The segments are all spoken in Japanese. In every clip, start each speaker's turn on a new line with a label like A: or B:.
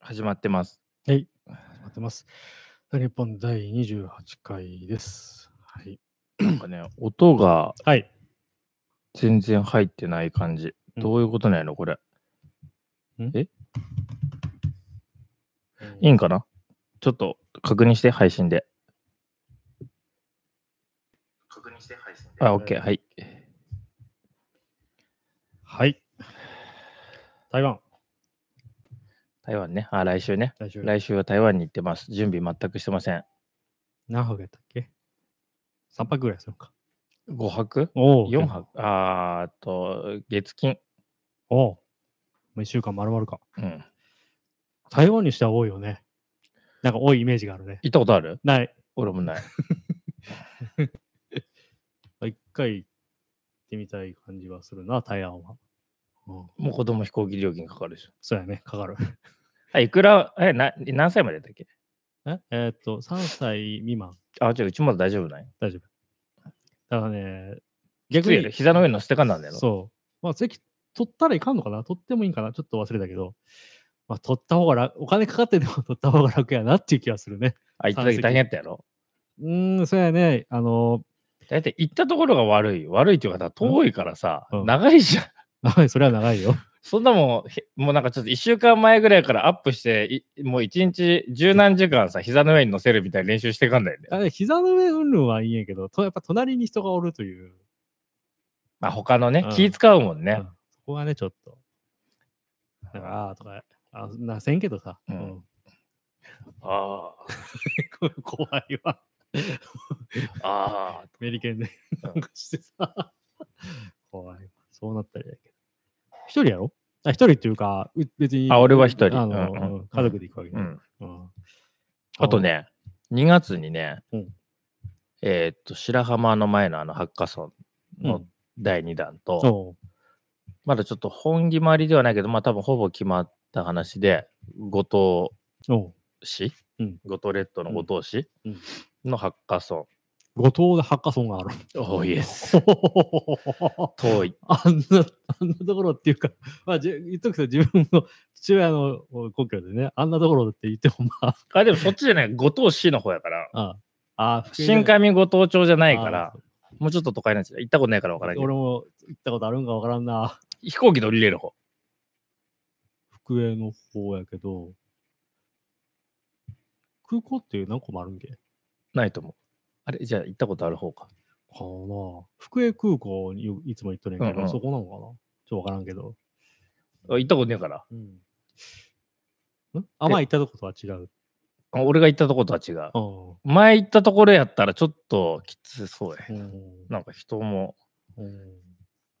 A: 始まってます。
B: はい。始まってます。大日本第28回です。はい。
A: なんかね、音が
B: はい。
A: 全然入ってない感じ。
B: うん
A: どういうことなんやろ、これ。いい
B: うん
A: んかなちょっと確認して、配信で。確認して、配信で。あ、OK、はい。
B: はい。台湾、
A: 台湾ね。あ、来週ね。
B: 大丈夫。
A: 来週は台湾に行ってます。準備全くしてません。
B: 何泊やったっけ ?3 泊ぐらいするのか。
A: 5泊
B: お
A: ?4。泊あーっと、月金。
B: おお。もう1週間丸々か。
A: うん。
B: 台湾にしては多いよね。なんか多いイメージがあるね。
A: 行ったことある
B: ない。
A: 俺もない。
B: 一回行ってみたい感じはするな、台湾は。うん。
A: もう子供飛行機料金かかるでしょ。
B: そうやね、かかる。
A: あ、いくら、え、な何歳までだっけ
B: ええーっと、3歳未満。
A: あ、じゃあうちまだ大丈夫ない
B: 大丈夫。だからね、
A: 逆に膝の上に乗せてかんなんだよな。
B: そう。まあ、席取ったらいかんのかな取ってもいいんかなちょっと忘れたけど。まあ、取った方が楽、お金かかってでも取った方が楽やなっていう気がするね。
A: あ、行った時大変やったやろ
B: うーん、そうやね。あの、
A: 大体行ったところが悪い。悪いっていうかさ、遠いからさ、
B: うん
A: 長いじゃん。
B: 長い、それは長い よ。
A: そんなもん、へもうなんかちょっと1週間前ぐらいからアップして、いもう1日十何時間さ、膝の上に乗せるみたいな練習してかんだよね。
B: あ膝の上うんぬんはいいんやけど、とやっぱ隣に人がおるという、
A: まあ他のね
B: う、ん
A: 気使うもん
B: う
A: ね
B: ん。そこがね、ちょっと。だから、あーとか、あなせんけどさ。
A: うん
B: うん
A: あ
B: 怖いわ。
A: あ、ああ。
B: メリケンで
A: う
B: なんんかしてさ、 怖いわ。そうなったりだけど。一人やろあ、一人っていうか、う別に。
A: あ俺は一人
B: あ
A: う
B: の、
A: んうん
B: うん家族で行くわけ
A: う
B: ね。
A: ん。
B: うん
A: あと。ね、2月にね、
B: うん
A: えーっと、白浜の前のあのハッカソン
B: うん
A: の第2弾と、
B: そ
A: まだちょっと本決まりではないけど、まあ多分ほぼ決まった話で、後藤
B: う。おう
A: 市、
B: うん
A: 五島列島の五島市
B: うん
A: のハッカソ
B: 五島でハッカソンがある。
A: ン。おおイエス。遠い。
B: あんな、あんなところっていうか、まあ、じゅ言っとくと自分の父親の故郷でね、あんなところって言ってもまあ、
A: あ、でもそっちじゃない、五島市の方やから。
B: ああ、
A: 新上五島町じゃないから
B: あ、
A: もうちょっと都会なんですよ。行ったことないから分からんけ
B: 俺
A: ど。
B: も行ったことあるんかわからんな。
A: 飛行機で降りれる方。
B: 福江の方やけど、空港って何個もあるんけか
A: ないと思う。あれじゃあ行ったことある方か。
B: な福江空港によいつも行っとるんやけど、
A: うんうん
B: そこなのかなちょっとわからんけど。
A: あ行ったことないから。
B: んあ、まあ行ったとことは違う。
A: あ俺が行ったとことは違う。
B: う
A: 前行ったところやったらちょっときつそうや。
B: ん。
A: なんか人も、
B: うん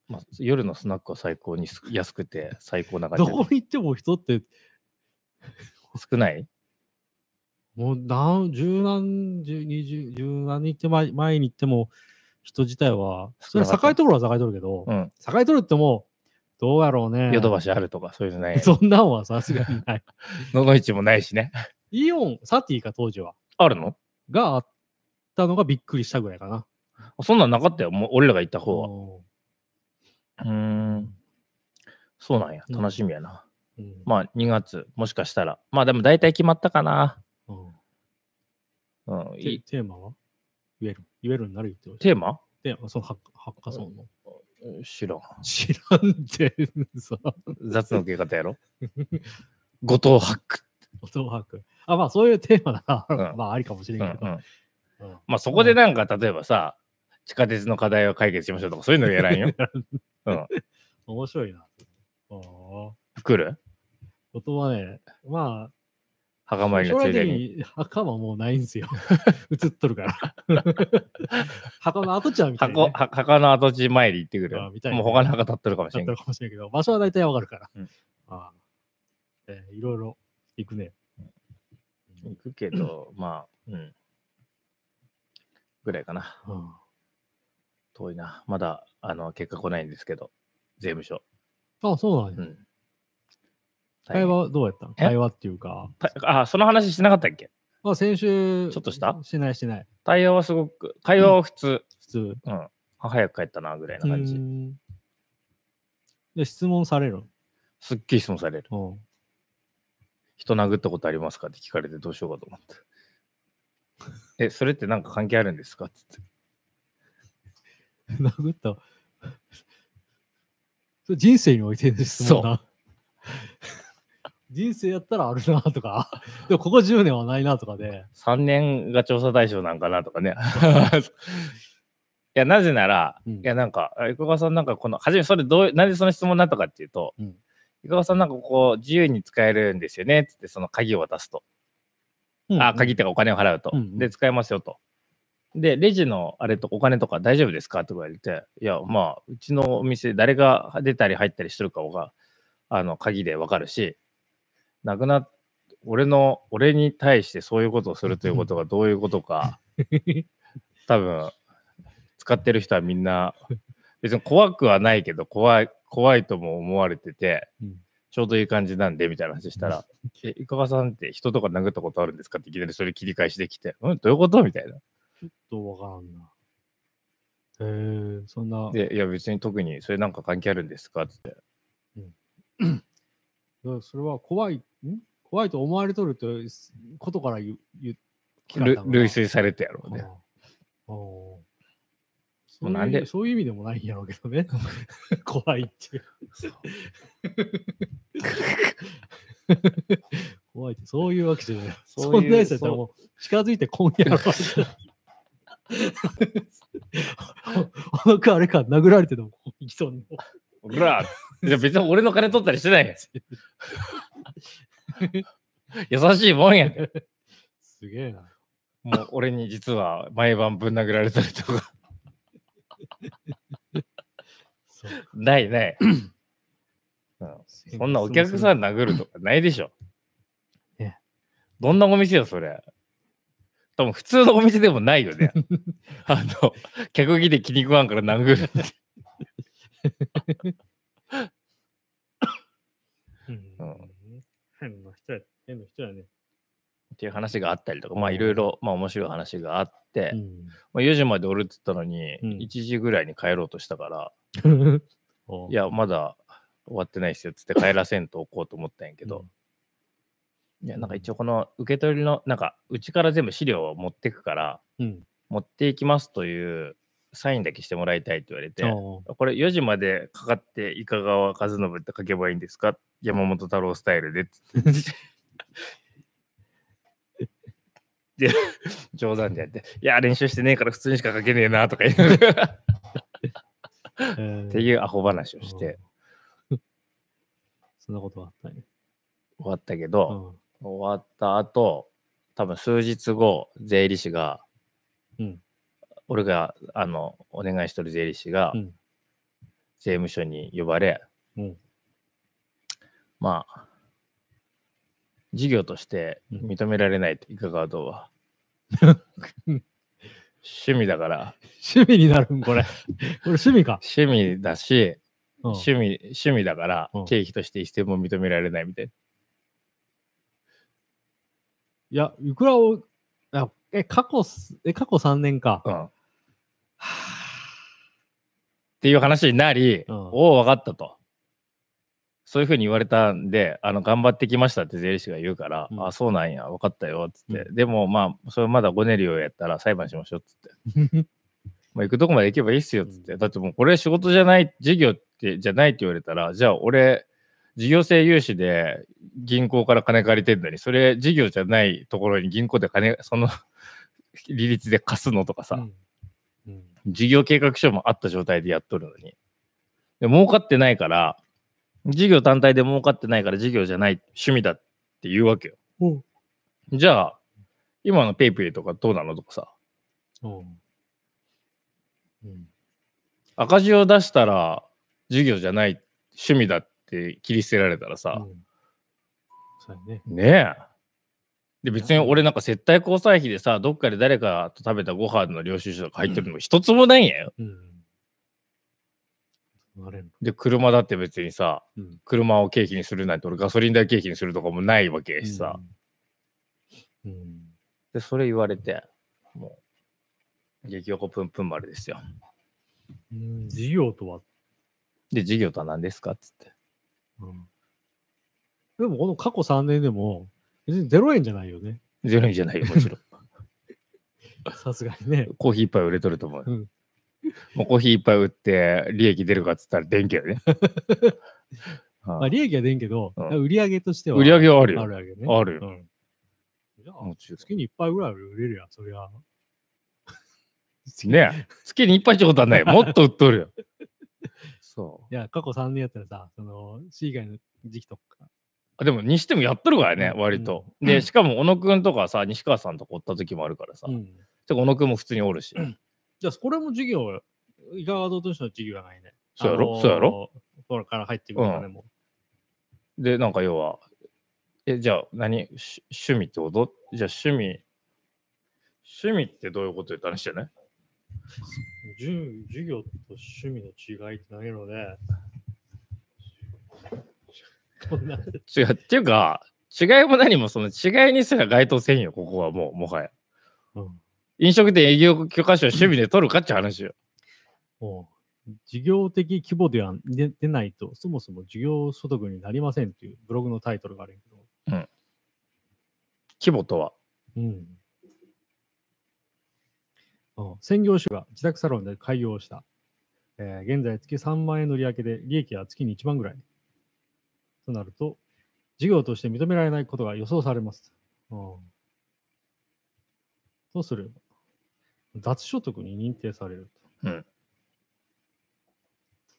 A: まあ、夜のスナックは最高にす安くて最高な感
B: ど
A: じ
B: こに行っても人って、
A: 少ない
B: もう何、十何、十二十、十何日前前に行っても、人自体は、それは栄えとるは栄えとるけど、
A: うん。
B: 栄えとるってもう、どうやろうね。
A: ヨドバシあるとかそういうのない。
B: そんなんはさすがにない。
A: 野々市もないしね。
B: イオン、サティか当時は、
A: あるの
B: があったのがびっくりしたぐらいかな。
A: そんなんなかったよ。もう俺らが行った方は。
B: う
A: うーん。そうなんや。
B: うん
A: 楽しみやな。
B: ん。
A: まあ2月、もしかしたら。まあでも大体決まったかな。
B: うん
A: うん。
B: テ
A: い
B: テーマは言える。言えるになるよってこと
A: テーマ
B: テーマ、そのハッハッカソンの。
A: うん知らん。
B: 知らんて、さ、
A: 雑の受け方 やろ。後藤ハック。
B: 音を吐く。あ、まあそういうテーマなら、
A: うん
B: まあありかもしれ
A: うんうん
B: けど。
A: ん。
B: うん
A: まあそこでなんか例えばさ、地下鉄の課題を解決しましょうと かそういうのやらんよ。うん。
B: 面白いな。ああ。
A: 来る
B: 音はね、まあ、
A: 墓参りのついでに。
B: 将来的に墓はもうない んですよ。映っとるから。墓の跡ちゃんみたいな、
A: 箱
B: ね。
A: は墓の跡地参り行ってくる
B: あ。みたいな
A: もう他の墓立ってるかもし
B: だ
A: れ
B: っ
A: ん
B: た
A: け
B: の
A: ど。
B: かもしれんけど、場所は大体わかるから。
A: うん
B: ああえーいろいろ行くね。
A: 行くけど、まあ、うん。ぐらいかな。
B: うん
A: 遠いな。まだ、あの、結果来ないんですけど、税務署。
B: あ、そうなん
A: う
B: や。
A: ん。
B: 会話はどうやったの
A: え
B: 会話っていうか、
A: たあ、その話しなかったっけ
B: まあ、先週、
A: ちょっとした
B: しないしない。
A: 対応はすごく、会話は普通。
B: 普通。
A: うん。あ早く帰ったな、ぐらいな感
B: うー
A: じ。
B: んで、質問される
A: すっきり質問される。
B: の。
A: 人殴ったことありますかって聞かれてどうしようかと思って。え、それってなんか関係あるんですかつって。
B: 殴った。それ人生においてですもんな。人生やったらあるなとか、でもここ10年はないなとかで、
A: 3年が調査対象なんかなとかね。 いや、なぜなら、
B: うん
A: いや、なんか、あ生川さんなんかこの、初めそれどう、なぜその質問になったかっていうと、
B: うん
A: 生川さんなんかこう、自由に使えるんですよね、つって、その鍵を渡すと。
B: うん
A: あ、鍵ってかお金を払うと。
B: うんうん
A: で、使えますよと。で、レジのあれとお金とか大丈夫ですかとか言って、いや、まあ、うちのお店、誰が出たり入ったりしてるかが、あの、鍵でわかるし、なくなっ、俺の、俺に対してそういうことをするということがどういうことか、多分、使ってる人はみんな、別に怖くはないけど、怖い、怖いとも思われてて、
B: うん
A: ちょうどいい感じなんで、みたいな話したら、え、いかがさんって人とか殴ったことあるんですかっていきなりそれ切り返しできて、うん、どういうことみたいな。
B: ちょっとわからんな。へえ、そんな、
A: で、いや別に特にそれなんか関係あるんですかってって。
B: だそれは怖い、ん怖いと思われとるということから言う言う聞かれ
A: る
B: たのか
A: 類推されてやろうね。
B: ああああそうういう
A: なんで
B: そういう意味でもないんやろうけどね。 怖いっていう。怖いって、そういうわけじゃない。そ
A: そういうん
B: なやつだったら
A: そう
B: もう近づいて こんや ろ。あの子あれか、殴られてでもこう行きそうに。
A: ほらいや別に俺の金取ったりしてないやん優しいもんやん。
B: すげえな。
A: もう俺に実は毎晩ぶん殴られたりとか。
B: そう
A: ない ない。うんそんなお客さん殴るとかないでしょ。
B: ね
A: どんなお店よ、それ。多分普通のお店でもないよ ね。あの、客着で気に食わんから殴る。
B: うん変な人や、変な人やね。
A: っていう話があったりとか、まあいろいろ、まあ面白い話があって、
B: うん
A: まあ4時までおるって言ったのに、
B: うん
A: 1時ぐらいに帰ろうとしたから、 い
B: や
A: や、まだ終わってないですよっつって帰らせんとおこうと思ったんやけど、いや、なんか一応この受け取りの、なんかうちから全部資料を持ってくから、
B: うん。
A: 持っていきますというサインだけしてもらいたいって言われて、
B: あ
A: これ4時までかかって、いかがわ和信って書けばいいんですか山本太郎スタイ ルでっつって。で、冗談でやって、いや、練習してねえから普通にしか書けねえなとか言 うっ
B: あえー
A: ていうアホ話をして
B: うん。 そんなことはあったね。
A: 終わったけ
B: う
A: ど、
B: ん
A: 終わった後、多分数日後、税理士が、
B: うん
A: 俺が、あの、お願いしとる税理士が、
B: うん
A: 税務署に呼ばれ、
B: うん
A: まあ、事業として
B: うん
A: 認められないと、いかがどう は。趣味だから、
B: 趣味になるん、これ。これ趣味か。
A: 趣味だし、
B: うん
A: 趣味、趣味だから
B: うん、
A: 経費として一銭も認められないみたい
B: いや、いくらを、あえ、過去す、え、過去3年か。
A: な。うん。っていう話になり、
B: うん
A: おお、分かったと。そういうふうに言われたんで、あの頑張ってきましたって税理士が言うから、
B: うん
A: あそうなんや、分かったよっつって、でもまあ、それまだごねるようやったら裁判しましょうっつって。 まあ、行くとこまで行けばいいっすよっつって、だってもうこれ仕事じゃない、事業ってじゃないって言われたら、じゃあ俺、事業性融資で銀行から金借りてんのに、それ事業じゃないところに銀行で金、その 利率で貸すのとかさ、
B: うんうん
A: 事業計画書もあった状態でやっとるのに。で、儲かってないから、事業単体で儲かってないから事業じゃない趣味だって言うわけよ。
B: うん
A: じゃあ、今のペイペイとかどうなのとかさ、
B: うん
A: 赤字を出したら授業じゃない趣味だって切り捨てられたら
B: う
A: さ、
B: んそうやね。
A: ねえで別に俺なんか接待交際費でさどっかで誰かと食べたご飯の領収書とか入ってるの一つもないんやよ、
B: うん。なれんの
A: で車だって別にさ
B: うん。
A: 車を経費にするなんて俺ガソリン代経費にするとかもないわけやしさ、
B: うん。うん。
A: でそれ言われてもう激横プンプン丸ですよ
B: うん事業とは、
A: で授業とは何ですかっつって
B: うんでもこの過去3年でも、別に0円じゃないよね。
A: 0円じゃないよ、もち ろん。
B: さすが にね。
A: コーヒー一杯売れとると思うよ。
B: うん
A: もうコーヒー一杯売って、利益出るかっつったら電気や ね。はあ
B: まあ利益は出んけど、
A: うん
B: 売り上げとしては。
A: 売り上げはあるよ
B: あるわけね。
A: ある
B: う
A: よ。
B: ん。じゃあ、
A: もちろん
B: 月に1杯ぐらいは売れるやん、そりゃ。
A: ねえ月にいっぱいしたことはない。もっと売っとるよ。 そう。
B: いや、過去3年やったらさ、その、市以外の時期とか。
A: あでも、にしてもやっとるからね、
B: うん
A: 割と。
B: うん
A: で、しかも、小野くんとかさ、西川さんとかおった時もあるからさ。
B: うん。
A: てか、小野くんも普通におるし。
B: じゃあ、これも授業、いかがどうとしての授業がないね。
A: そうやろ
B: あのー
A: そうやろ
B: これから入ってくるからね、も。
A: で、なんか要は、え、じゃあ何、し趣味ってことじゃあ趣味、趣味ってどういうことって話じゃないう
B: じゅ授業と趣味の違いって何やろうね。こんな
A: 違う。っていうか、違いも何もその違いにすら該当せんよ、ここはもう、もはや。
B: うん
A: 飲食店営業許可証趣味で取るかって話よ。
B: もう、事業的規模では出出ないと、そもそも事業所得になりませんっていうブログのタイトルがあるんやけど。
A: 規模とは。
B: うん。うん専業主婦が自宅サロンで開業した。えー現在月3万円の売り上げで利益は月に1万ぐらい。となると、事業として認められないことが予想されます。うん。そうすれば、雑所得に認定されると。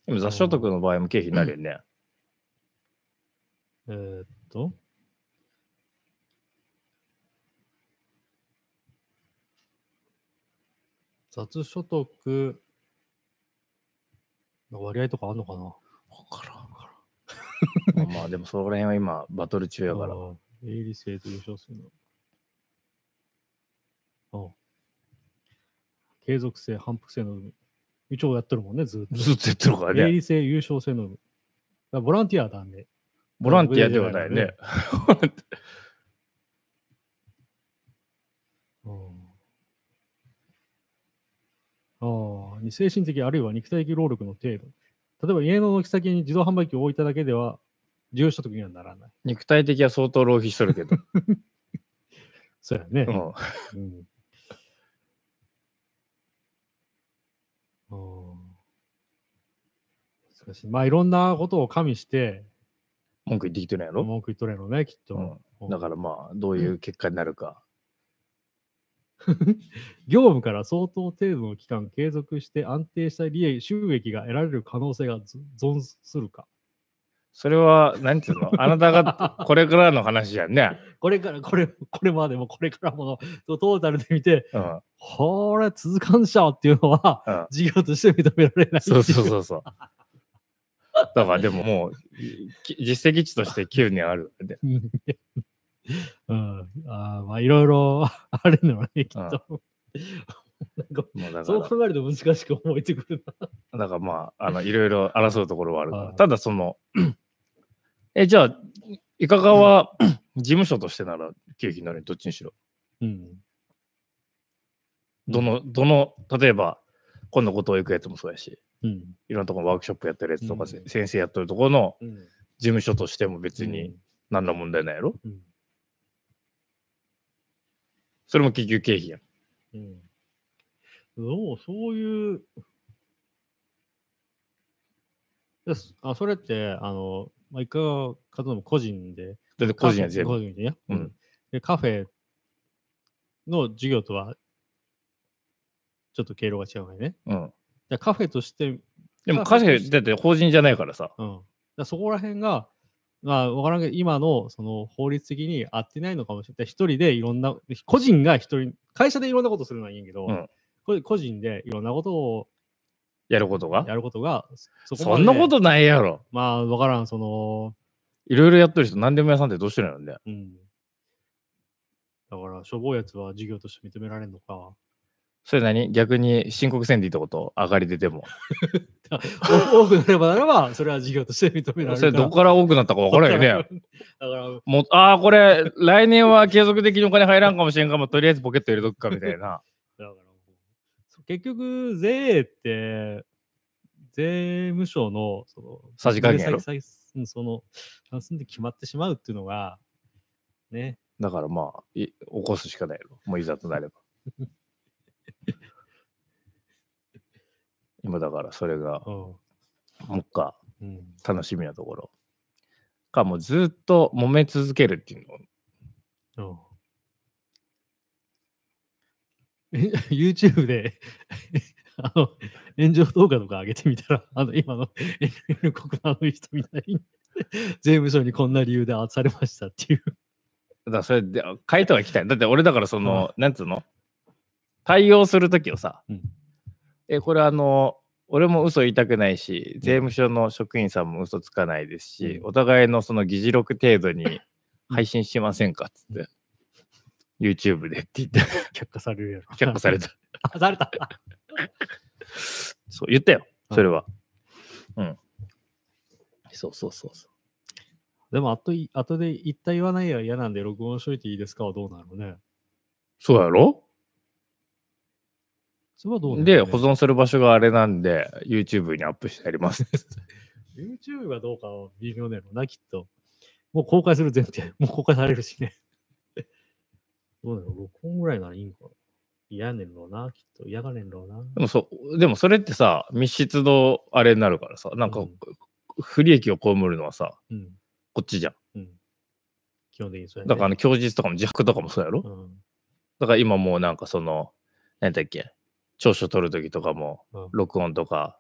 A: でも雑所得の場合も経費になるよね。
B: えーっと。雑所得、割合とかあんのかなから んか
A: まあまあでもそこら辺は今バトル中やから。
B: 営利性と優勝するの。あ継続性、反復性の有無。一応やってるもんね、ずっ
A: ずっとやってるから
B: と。営
A: ね。
B: 利性、優勝性の有無。だからボランティアはダメ。
A: ボランティアではないね。
B: ああ、精神的あるいは肉体的労力の程度。例えば家の軒先に自動販売機を置いただけでは、重要所得にはならない。
A: 肉体的は相当浪費しとるけど。
B: そうやね
A: う。ん
B: うん。ああ難しい。まあいろんなことを加味して、
A: 文句言ってきてるんやろ、
B: 文句言っとるやろね、きっと。
A: うん、だからまあ、どういう結果になるか。
B: 業務から相当程度の期間継続して安定した利益、収益が得られる可能性がず存するか。
A: それは、なんていうのあなたがこれからの話じゃんね。
B: これから、これ、これまでもこれからものトータルで見て、
A: うん。
B: これ続かんしゃっていうのは、
A: うん
B: 事業として認められないってい
A: そうそうそう そう。だからでももう、き実績値として9年ある。で
B: うん。うん。あーまあ、いろいろあるのね、きっと。なんか
A: もうだか
B: そう
A: ら、
B: 考えると難しく思えてくる
A: だからまあ、あの、いろいろ争うところはあるか
B: は
A: ら。
B: い
A: ただその、 え、じゃあ、いかがは事務所としてなら経費になるよどっちにしろ。
B: な。うん。
A: どの、どの、例えば、今度ことを行くやつもそうやし、
B: うん。
A: いろんなところワークショップやってるやつとか、
B: うん
A: せ先生やってるところの
B: うん。
A: 事務所としても別に何ら問題ないやろ
B: うん。
A: それも結局経費やん。
B: うん。どうそういう。ですあそれって、あの、まあ、いかがかとも個人で。
A: だって個人は全
B: 個
A: 部。
B: 人でね。
A: うん。
B: で、カフェの授業とは、ちょっと経路が違うからね。
A: うん。
B: でカフェとして、
A: でもカフェ、だって法人じゃないからさ。
B: うん。だそこら辺が、まあ、わからんけど、今の、その、法律的に合ってないのかもしれない。一人でいろんな、個人が一人、会社でいろんなことするのはいいんやけど、
A: うん
B: こ個人でいろんなことを
A: やることが
B: やることが、そこま
A: そ
B: で
A: んなことないやろ。
B: まあ、わからん、その、
A: いろいろやってる人、何でも屋さんってどうしてるのね。
B: うん。だから、しょぼいやつは授業として認められるのか。
A: それ何逆に申告せんでいいってこと上がり出ても。
B: お多くなればならば、それは事業として認められる
A: それど
B: か
A: こから多くなったか分からんよね。。
B: だから、
A: もう、ああ、これ、来年は継続的にお金入らんかもしれんから、もうとりあえずポケット入れとくか みたいな。
B: だからそう結局、税って、税務署の、その、
A: さじ加減やろ
B: ささうんその、単寸で決まってしまうっていうのが、ね、
A: だからまあ、い起こすしかないよ。もういざとな れば。今だからそれが、
B: うん
A: もっか
B: うん、
A: 楽しみなところ。か、もうずっと揉め続けるっていうの。
B: うん。え YouTube であの炎上動画とか上げてみたら、あの今の NL 国のあの人みたいに税務署にこんな理由で圧されましたっていう。
A: だからそれで変えてはいきたい。だって俺だからその、なんつうの対応するときをさ、
B: うん
A: え、これあの、俺も嘘言いたくないし、税務署の職員さんも嘘つかないですし、
B: うん
A: お互いのその議事録程度に配信しませんかっつって、YouTube でって言って、
B: 却下されるやろ。
A: 却下された。
B: あ。された。
A: そう、言ったよ、
B: うん
A: それは。うん。そうそうそうそう。
B: でも、あとい、あとで言った言わないは嫌なんで、録音しといていいですかはどうなのね。
A: そうやろ
B: それはどうなの、
A: で、保。存する場所があれなんで、YouTube にアップしてあります。
B: YouTube がどうかは微妙なのな、きっと。もう公開する前提、 もう公開されるしね。 どうなの録音ぐらいならいいんかな。嫌ねんろうな、きっと。嫌がねんろうな。
A: でもそう、でもそれってさ、密室のあれになるからさ、なんか、
B: うん
A: 不利益を被るのはさ、
B: うん。
A: こっちじゃん。
B: うん。基本的にそうやね。
A: だからあの、供述とかも自白とかもそうやろ、
B: うん。
A: だから今もうなんかその、何だっけ、調書取るときとかも、
B: うん
A: 録音とか、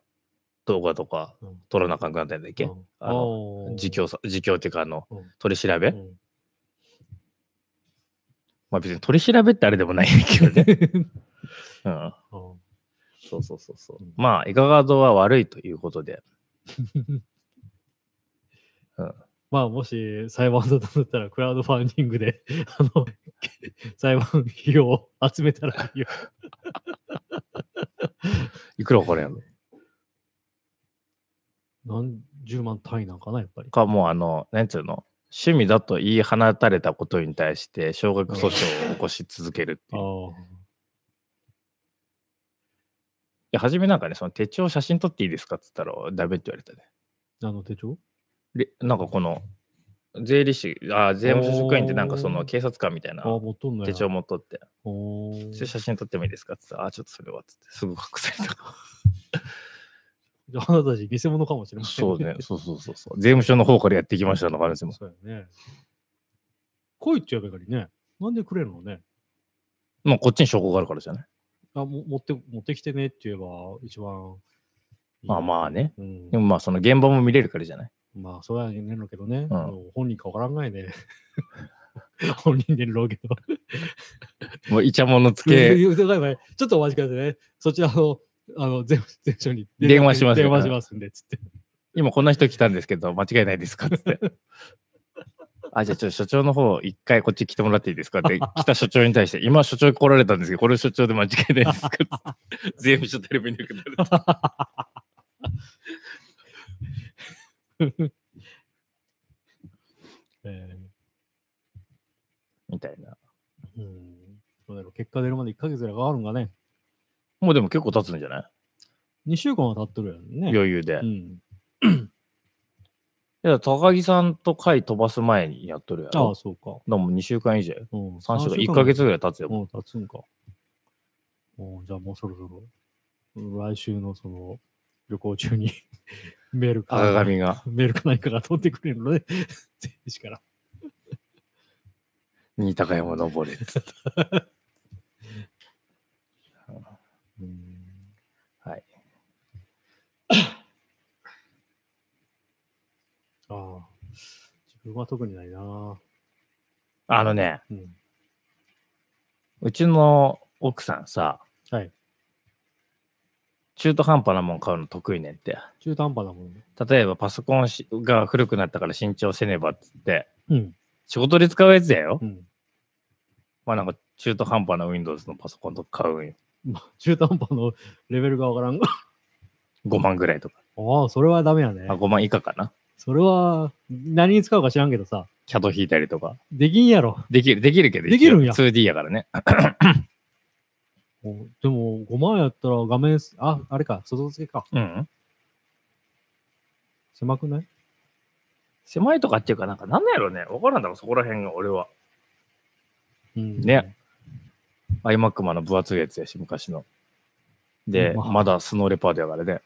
A: 動画とか
B: うん、
A: 取らなあかんくなったんだっけ、
B: うん
A: あの自。供さ、自供っていうか、あの
B: うん、
A: 取り調
B: あ
A: べ、
B: ーうん
A: まあ別に取り調べってあれでもないんだけどね。 うん。
B: うん
A: そうそうそうそう
B: うん。
A: まあ、いかがどうは悪いということで。
B: まあ、もし裁判沙汰だったら、クラウドファンディングで、 あの、裁判費用を集めたらいいよ。
A: いくらこれやの
B: 何十万単位なんかな、やっぱり。
A: か、もうあの、なんつうの趣味だと言い放たれたことに対して、小学訴訟を起こし続けるって
B: あ
A: いう。い
B: あ。
A: や、初めなんかね、その手帳写真撮っていいですかって言ったら、ダメって言われたね。
B: あの手帳
A: で、なんかこの、税理士、あ税務署職員ってなんかそ
B: お
A: の
B: ー
A: 警察官みたいな
B: ああ、持っとんのや。
A: 手帳持っとって、
B: お
A: それ
B: ー。
A: 写真撮ってもいいですかって言ったら、あ、ちょっとそれはっつって、すぐ隠された。
B: じゃあ、あなたたち偽物かもしれません
A: そうね、 そうそうそうそう。税務署の方からやってきましたの可能性も。
B: そうやね。来いっちゃえばいいからね。なんでくれるのね。
A: まあ、こっちに証拠があるからじゃない。
B: あも持って、持ってきてねって言えば、一番いい
A: まあまあね。
B: うん
A: で。もまあ、その現場も見れるからじゃない。
B: まあ、そうやねんのけどね。
A: うん
B: あの本人かわからんがいね。 本人でんろうけど。
A: もう、イチャモンのつけ、
B: 言うて こいばいちょっとお待ちくださいね。そちらの、あの、全部、全部署に
A: 電話しますよ
B: 電話しますんで、つって。
A: 今こんな人来たんですけど、間違いないですかっつって。あ、じゃあちょっと所長の方、一回こっち来てもらっていいですかって、来た所長に対して、今所長来られたんですけど、これ所長で間違いないですかっつって。税務署テレビにくなる。
B: え
A: みたいな。
B: ーうん。どうだろう結果出るまで1ヶ月ぐらいかかるんかね。
A: もうでも結構経つんじゃない
B: 2週間は経っとるやんね。
A: 余裕で。
B: う
A: い
B: ん。
A: や、高木さんと回飛ばす前にやっとるや
B: あ
A: ろ
B: あ、。そうか。
A: でも2週間以上よ。
B: うん。
A: 3週間、
B: 一
A: 1ヶ月ぐらい経つよ。
B: もう経つんか。うん、じゃあもうそろそろ、来週のその、旅行中に メールか、
A: 赤髪が。
B: メールか何かが飛んでくれるの で、税理士から。
A: 新高山登れっつってはい。
B: ああ。自分は特にないな。
A: あのね、
B: うん。
A: うちの奥さんさ、
B: はい
A: 中途半端なもん買うの得意ねんって。
B: 中途半端なもんね。
A: 例えばパソコンしが古くなったから新調せねばっつって、
B: うん。
A: 仕事で使うやつだよ。
B: うん。
A: まあなんか中途半端な Windows のパソコンとか買うんよ。
B: まあ、中途半端のレベルがわからん が。
A: 5万ぐらいとか。
B: ああ、それはダメやね
A: あ、。5万以下かな。
B: それは、何に使うか知らんけどさ、
A: CAD 引いたりとか。
B: できんやろ。
A: できる、できるけど。
B: できるんや
A: 一応 2D やからね。
B: おでも、5万やったら画面す、あ、あれか、外付けか。
A: うん。
B: 狭くない
A: 狭いとかっていうか、なんか、なんなんやろうね。わからんだろ、そこら辺が、俺は。
B: うん
A: ね。アイマックマの分厚いやつやし、昔の。で、
B: まあ
A: まだスノーレパードやからね。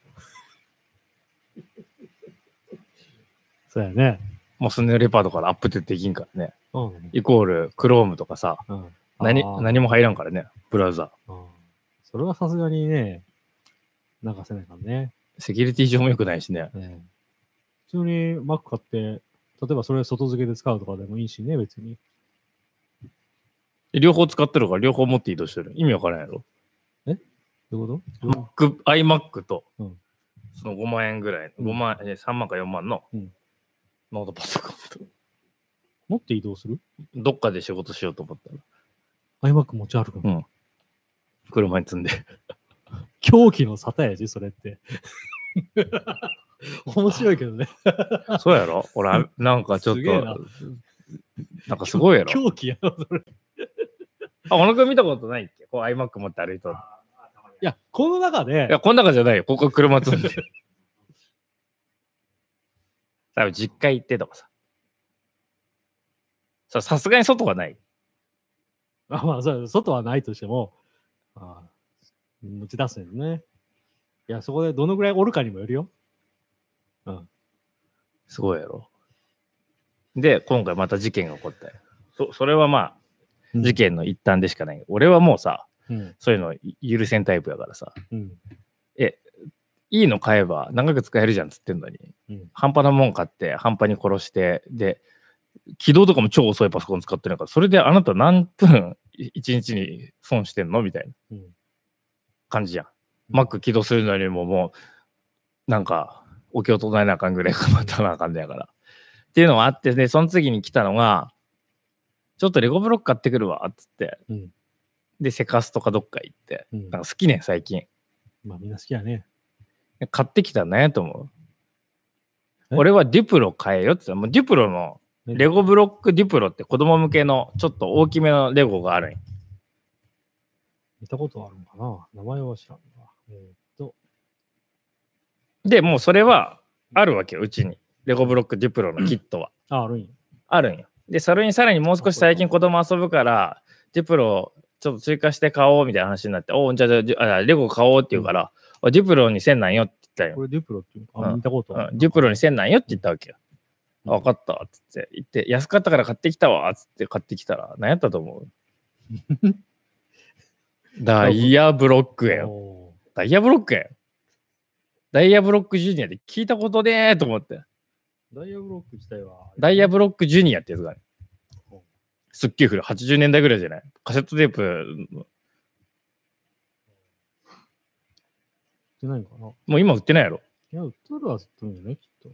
B: そうやね。
A: もうスノーレパードからアップデートできんからね。
B: うん。
A: イコール、クロームとかさ、
B: うん
A: 何
B: あー
A: 何も入らんからね、ブラウザ。
B: うんそれはさすがにね、流せないからね。
A: セキュリティ上も良くないしね。
B: ね普通に Mac 買って、例えばそれ外付けで使うとかでもいいしね、別に。
A: 両方使ってるから、両方持って移動してる。意味わからんやろ。
B: どういうこと、
A: マック、iMac と
B: うん、
A: その5万円ぐらい、
B: うん
A: 5万、え3万か4万の
B: うん
A: ノートパソコンと、
B: 持って移動する
A: どっかで仕事しようと思ったら、
B: ?iMac 持ち歩くの、
A: うん車に積んで。
B: 狂気の沙汰やじ、それって。 面白いけどね。
A: そうやろほ ら、なんかちょっ
B: す
A: と
B: げえな、
A: なんかすごいやろ。
B: 狂気やろ、それ。い
A: あ、小野くん見たことないっけこう iMac 持って歩いとる。
B: や、この中で
A: い、や、こん中じゃないよ。ここ車積んで。多分実家行ってとかさ。ささすがに外はない。
B: あまあ、そう外はないとしても、ああ持ち出すよね。いや、そこでどのぐらいおるかにもよるよ。
A: すごいやろ。で、今回また事件が起こったよ。そそれはまあ、事件の一端でしかない。俺はもうさ、
B: うん。
A: そういうの許せんタイプやからさ、
B: うん。
A: いいの買えば長く使えるじゃんっつってんのに、
B: うん
A: 半端なもん買って、半端に殺して、で、起動とかも超遅いパソコン使ってるから、それであなた何分一日に損してんのみたいな
B: うん。
A: 感じやん。Mac 起動するのにももう、なんか、お経を唱えなあかんぐ らい頑張ったなあかんねやから。っていうのがあってね、その次に来たのが、ちょっとレゴブロック買ってくるわ、っつって。
B: うん
A: で、セカスとかどっか行って。
B: うん
A: なんか好きね、最近。
B: まあ、みんな好きやね。
A: 買ってきたら何やと思う
B: え
A: 俺はデュプロ買えよって言ったら、もうデュプロの、レゴブロックデュプロって子供向けのちょっと大きめのレゴがあるんよ
B: 見たことあるのかな名前は知らんな。えーっと、
A: で、もうそれはあるわけよ、うちに。レゴブロックデュプロのキットは。
B: あ、あるんや。
A: あるんよ。で、それにさらにもう少し最近子供遊ぶから、ディプロちょっと追加して買おうみたいな話になって、おうじゃあじゃあじゃあ、レゴ買おうって言うから、あディプロにせんなんよって言ったん
B: こ
A: よ。
B: れデュプロっていうのか。あ、
A: うん
B: 見たことある。
A: うん、デュプロにせんなんよって言ったわけよ。
B: うん
A: 分かったっつって言って、安かったから買ってきたわっつって買ってきたら、何やったと思う ダイヤブロックやよ。
B: お
A: ダイヤブロックやよ。ダイヤブロックジュニアで聞いたことねえと思って。
B: ーダイヤブロック自体は、
A: ダイヤ
B: ブ
A: ブロックジュニアってやつがある
B: ほう。
A: すっげえ古い。80年代ぐらいじゃないカセットテープ、
B: ロックってないのか
A: もう今売ってないやろ。
B: ないや、売っとるは売っとるんじゃないきっと。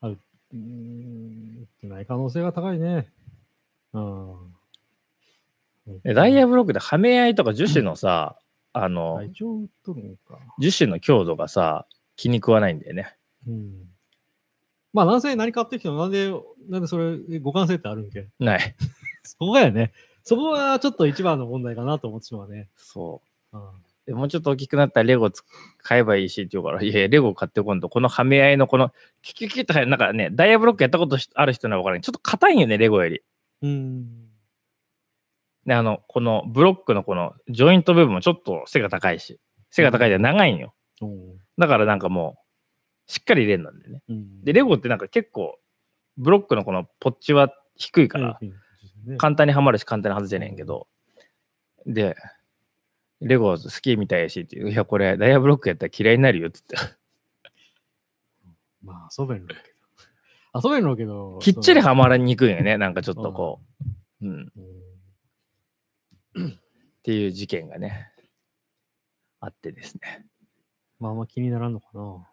B: あ、うーん、売ってない可能性が高いね。うん。
A: でダイヤブロックではめ合いとか樹脂のさ、あの、
B: 一応売っとるのか。
A: 樹脂の強度がさ、気に食わないんだよね。
B: うん。まあ、男性何買ってきても、なんで、なんでそれ、互換性ってあるんけ
A: ない。
B: そこがやね。そこがちょっと一番の問題かなと思ってしまうね。
A: そ
B: うん。
A: う。でもうちょっと大きくなったらレゴつ買えばいいしって言うから、いやいや、レゴ買ってこんと、このはめ合いのこの、キュキュキュって入る、なんかね、ダイヤブロックやったことしある人なら分からない。ちょっと硬いんよね、レゴより。
B: うん。
A: で、あの、このブロックのこのジョイント部分もちょっと背が高いし、背が高いじゃ長いんよ。
B: うん
A: だからなんかもう、しっかり入れるなんだよね。
B: うん
A: で、レゴってなんか結構、ブロックのこのポッチは低いから、
B: うんうんね
A: 簡単にはまるし簡単に外せねえんけど、で、レゴ好きみたいやしっていう、いや、これ、ダイヤブロックやったら嫌いになるよって言って、
B: まあ、遊べるんだけど。遊べるんだけど。
A: きっちり
B: そ
A: はまらにくいよね、なんかちょっとこう、うん、っ
B: のうん
A: ていう事件がね、あってですね。
B: まあ、あんま気にならんのかな。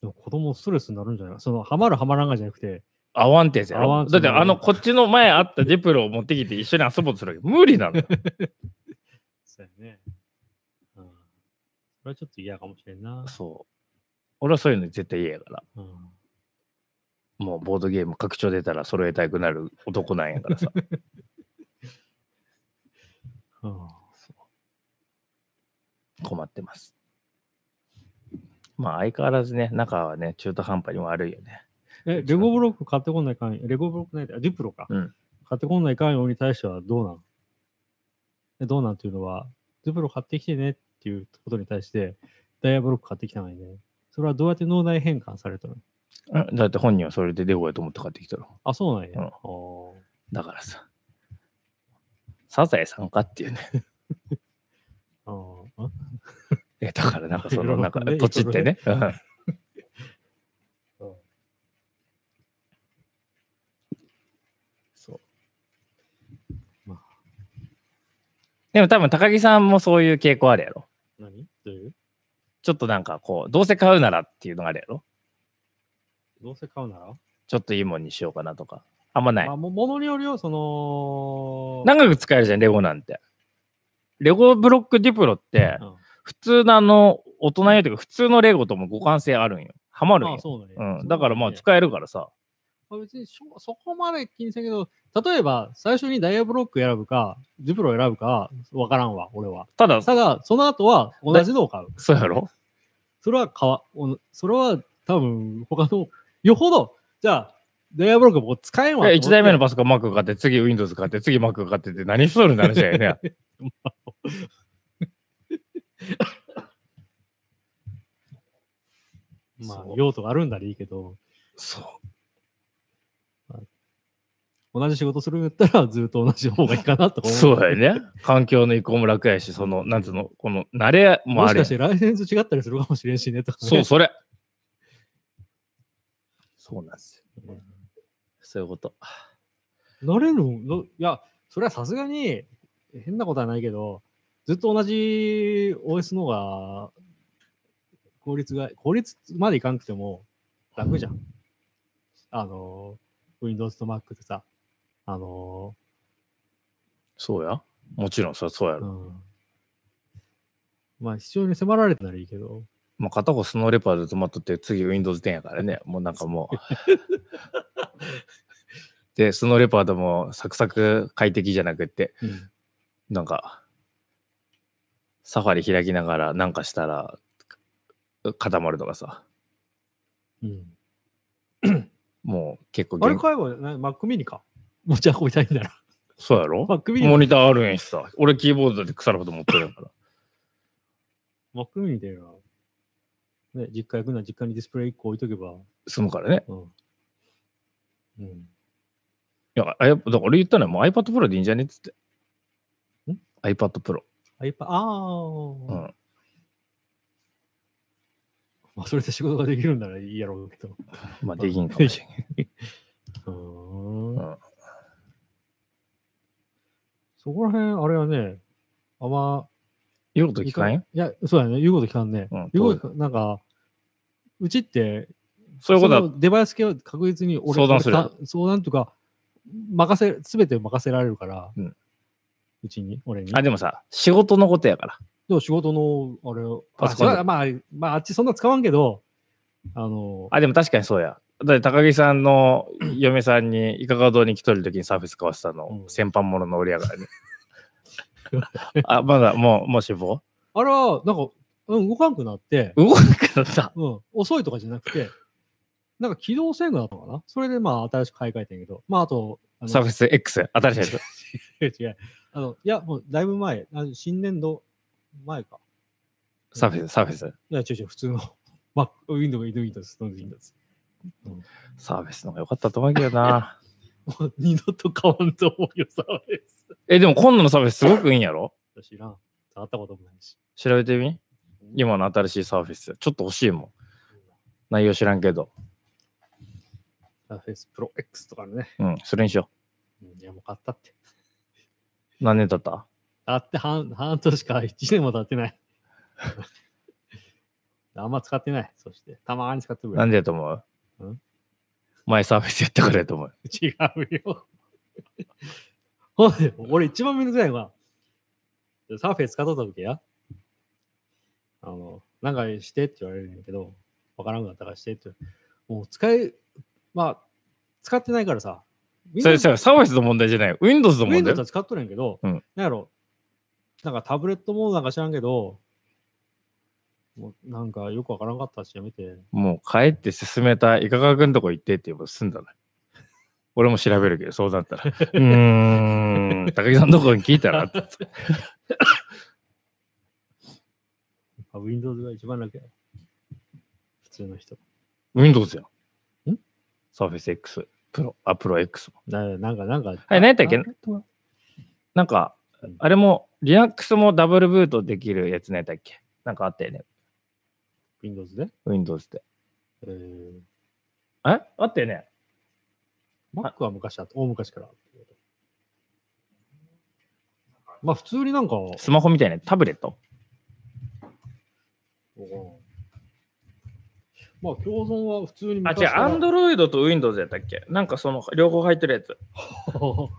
B: でも子供ストレスになるんじゃないその、はまるはまらんがじゃなくて、
A: 合わんってやつや
B: 合わ
A: ろ
B: んっつう
A: だ
B: の
A: って、あの、こっちの前あったジェプロを持ってきて一緒に遊ぼうとするわけど、無理なのよ。
B: そうやね。うん。それはちょっと嫌かもしれん な。
A: そう。俺はそういうの絶対嫌やから。
B: うん。
A: もうボードゲーム拡張出たら揃えたくなる男なんやからさ。
B: うん
A: 困ってます。まあ相変わらずね、中はね、中途半端に悪いよね。
B: え、レゴブロック買ってこないかん、レゴブロックないで、あデュプロか。
A: うん
B: 買ってこないかんように対してはどうなんえどうなんっていうのは、デュプロ買ってきてねっていうことに対して、ダイヤブロック買ってきたのにね。それはどうやって脳内変換されたの
A: えだって本人はそれでレゴやと思って買ってきたろ。
B: あ、そうなんや。
A: うん
B: あー
A: だからさ。サザエさんかっていうね。
B: あーん
A: え、だからなんかそ
B: い
A: の、
B: ろいろ
A: なんか
B: ね、
A: ポチってね。うん
B: うん
A: そう。
B: まあ
A: でも多分高木さんもそういう傾向あるやろ。
B: 何どういう
A: ちょっとなんかこう、どうせ買うならっていうのがあるやろ。
B: どうせ買うなら、
A: ちょっといいもんにしようかなとか。あんまない
B: あ、。も物によるよ、その、
A: 長く使えるじゃん、レゴなんて。レゴブロックディプロって、
B: うん
A: 普通のあの、大人用というか、普通のレゴとも互換性あるんよ。ハマるん
B: あ
A: よ
B: あ、。そうなんや。
A: う
B: そ
A: ん。だからまあ、使えるからさ。
B: まあ別にしょそこまで気にせんけど、例えば最初にダイヤブロック選ぶか、ジュプロ選ぶか、わからんわ、俺は。
A: ただ、
B: ただ、その後は同じのを買う。
A: そうやろ
B: それは買わ、おのそれは多分他の、よほど、じゃあ、ダイヤブロックもう使えんわと思って。
A: 1台目のパソコン Mac 買って、次 Windows 買って、次 Mac 買ってって何しとるんだ話だよ ね。
B: まあ
A: そう、
B: 用途があるんだらいいけど、
A: そう。
B: 同じ仕事するんだったらずっと同じ方がいいかなとか思う。
A: そうだよね。環境の移行も楽やし、その、なんつうの、この、慣れも
B: も
A: あ
B: し
A: るや
B: か
A: ん
B: してライセンス違ったりするかもしれんしねとか、ね。
A: そう、それ。そうなんですよ、ね。そういうこと。
B: なれるのいや、それはさすがに変なことはないけど、ずっと同じ OS の方が効率が、効率までいかなくても楽じゃん。あの、Windows と Mac ってさ、あの、
A: そうや。もちろん、そりゃそうや
B: う
A: ろ。
B: ん。まあ、必要に迫られてならいいけど、
A: まあ、片方スノーレパードで止まっとって、次 Windows 10やからね。もうなんか もう。で、スノーレパードもサクサク快適じゃなくって、なんか、サファリ開きながらなんかしたら固まるとかさ、
B: うん。
A: もう結構
B: あれ
A: 限
B: 買えば、な Mac mini か。持ち運びたいんなら。
A: そうやろ
B: Mac
A: モ
B: mini、
A: ニターあるんやしさ、俺キーボードで腐ること持ってる から。
B: Mac mini でな、ね、実家行くなら実家にディスプレイ1個置いとけば、
A: 済むからね。
B: うん。うん。
A: いや、あやだから俺言ったのよ、もう iPad Pro でいいんじゃねっつって。
B: ん
A: ?iPad Pro。
B: iPad、あ
A: う
B: あ、
A: ん。
B: まあ、それで仕事ができるんならいいやろうけど。
A: まあ、できんかもしれんけ
B: う。
A: ど。うんん。
B: そこら辺、あれはね、あんま。
A: 言うこと聞かん
B: い
A: よ
B: や、そうやね。言うこと聞かんね。
A: うん
B: 言うこと聞かんなんか、うちって、
A: そういうことだ。
B: のデバイス系は確実に俺
A: 相談する
B: 俺た相談とか、任せ、すべて任せられるから、
A: うん
B: ちに、俺に。
A: あ、でもさ、仕事のことやから。
B: でも仕事の、あれを、
A: パソコン
B: あそうまあ、まあ、あっちそんな使わんけど、あの、
A: あ、でも確かにそうや。だって高木さん の嫁さんに、いかが堂に来とる時にサーフェス買わせたの
B: う、ん
A: 先般ものの俺やからね。 あ、まだ、もう、もう死亡
B: あれは、なんか、うん、動かんくなって、
A: 動かなくなった。
B: うん、遅いとかじゃなくて、なんか起動せんくなったのかなそれでまあ新しく買い替えたんやけど、まああと、あの
A: サーフェス X、新しいやつ。
B: 違う。あの、いや、もうだいぶ前、あの新年度前か。
A: サーフェス、サーフェス。
B: いや、違う違う、普通の。 まあ、Windows、Windows、Windows。
A: サーフェスの方が良かったと思うけどな。
B: もう二度と買わんと思うよ、サービス。
A: え、でも今度のサーフェスすごくいいんやろ
B: 知らん。触ったこともないし。
A: 調べてみ今の新しいサーフェス。ちょっと欲しいもん。内容知らんけど。
B: サーフェスプロ X とかね。
A: うん、それにしよ
B: うんいや、もう買ったって。
A: う。何年経った
B: だって半半年か1年も経ってない。 あんま使ってない。そして、たまーに使ってるぐら
A: ないんでやと思うん前サーフェスやったからやと思う。
B: 違うよ。ほんで、俺一番めんどくさいのは、サーフェイ使っとった時や。あの、なんかしてって言われるんやけど、わからんくなったからしてって。もう使い、まあ、使ってないからさ。
A: それ
B: Windows
A: それサーフェスの問題じゃない。Windows の問題
B: Windows は使っとるんやけど、
A: うん
B: なんやろ、なんかタブレットモードなんか知らんけど、もうなんかよくわからんかったし、やめて。
A: もう帰って進めたいかがくんとこ行ってって言えば済んだね。 俺も調べるけど、そうだった ら。うーん、 高木さんのとこに聞いたらって。
B: やっぱ Windows が一番楽や。普通の人。
A: Windows やん。
B: ん
A: ?Surface X、Pro、あ、Pro X も。
B: ななんか、なんか。
A: はい何やったっけ
B: ターゲットが
A: なんか
B: うん、
A: あれも、Linux もダブルブートできるやつねだっけなんかあったよね、
B: Windows で。
A: Windows って。
B: えー、
A: えあったよね
B: Mac は昔あった。大昔からあった。まあ、普通になんか、
A: スマホみたいなタブレット
B: うんまあ、共存は普通に
A: あ、
B: 昔
A: 違う、
B: から。
A: アンドロイドと Windows やったっけなんかその、両方入ってるやつ。
B: お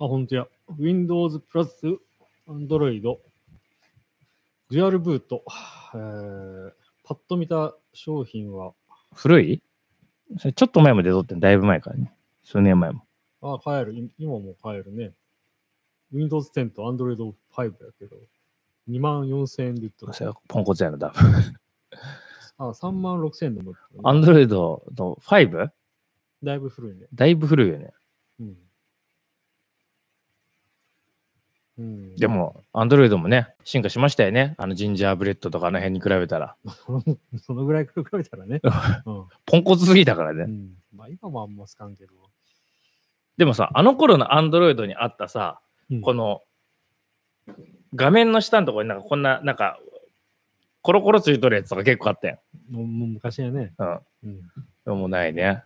B: あ、ほんとや。Windows プラス Android、デュアルブート。えーパッと見た商品は、
A: 古いそれちょっと前も出とってんだいぶ前からね。数年前も。
B: あ、買える。い今も買えるね。Windows 10と Android 5やけど、2万4000円で売ってます。
A: それはポンコツやな、多分。
B: あ、3万6000円でも売って
A: ア
B: る、
A: ンドロイドの 5?
B: だいぶ古いね。
A: だいぶ古いよね。
B: うん。うん、
A: でも、アンドロイドもね、進化しましたよね。あの、ジンジャーブレッドとかあの辺に比べたら。
B: そのぐらい比べた らね。うん
A: ポンコツすぎたから
B: う
A: ね。
B: ん、まあ今もあんま好かんけど。
A: でもさ、あの頃のアンドロイドにあったさ、こ
B: の
A: の、画面の下のところになんかこんな、なんか、コロコロついとるやつとか結構あったよ。
B: もうもう昔やね。
A: うん。
B: うん。
A: でもないね。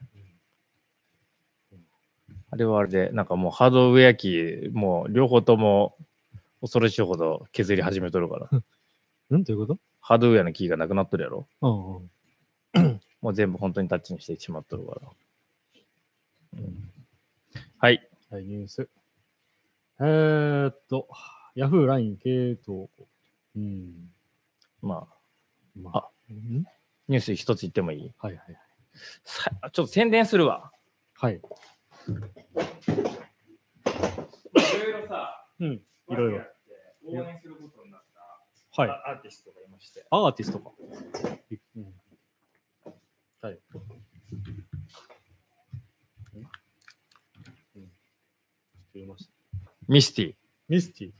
A: あれはあれで、なんかもうハードウェア機、もう両方とも恐ろしいほど削り始めとる から。
B: なんということ
A: ハードウェアのキーがなくなっとるやろ。
B: うんうん。
A: もう全部本当にタッチにしてしまっとるから。うんはい。
B: はい、ニュース。えー、っと、Yahoo、LINE 系統。うん。
A: まあ、
B: ま
A: あ
B: うん
A: ニュース一つ言ってもいい
B: はいはい
A: さちょっと宣伝するわ。
B: はい。はい。
A: いろいろ さ、
B: うん。いろいろ。
A: 応援することになった、
B: はい。
A: アーティストがいまして。
B: アーティストか。うん、はい。うんうんちょっと読みました
A: ミスティ。
B: ミスティ。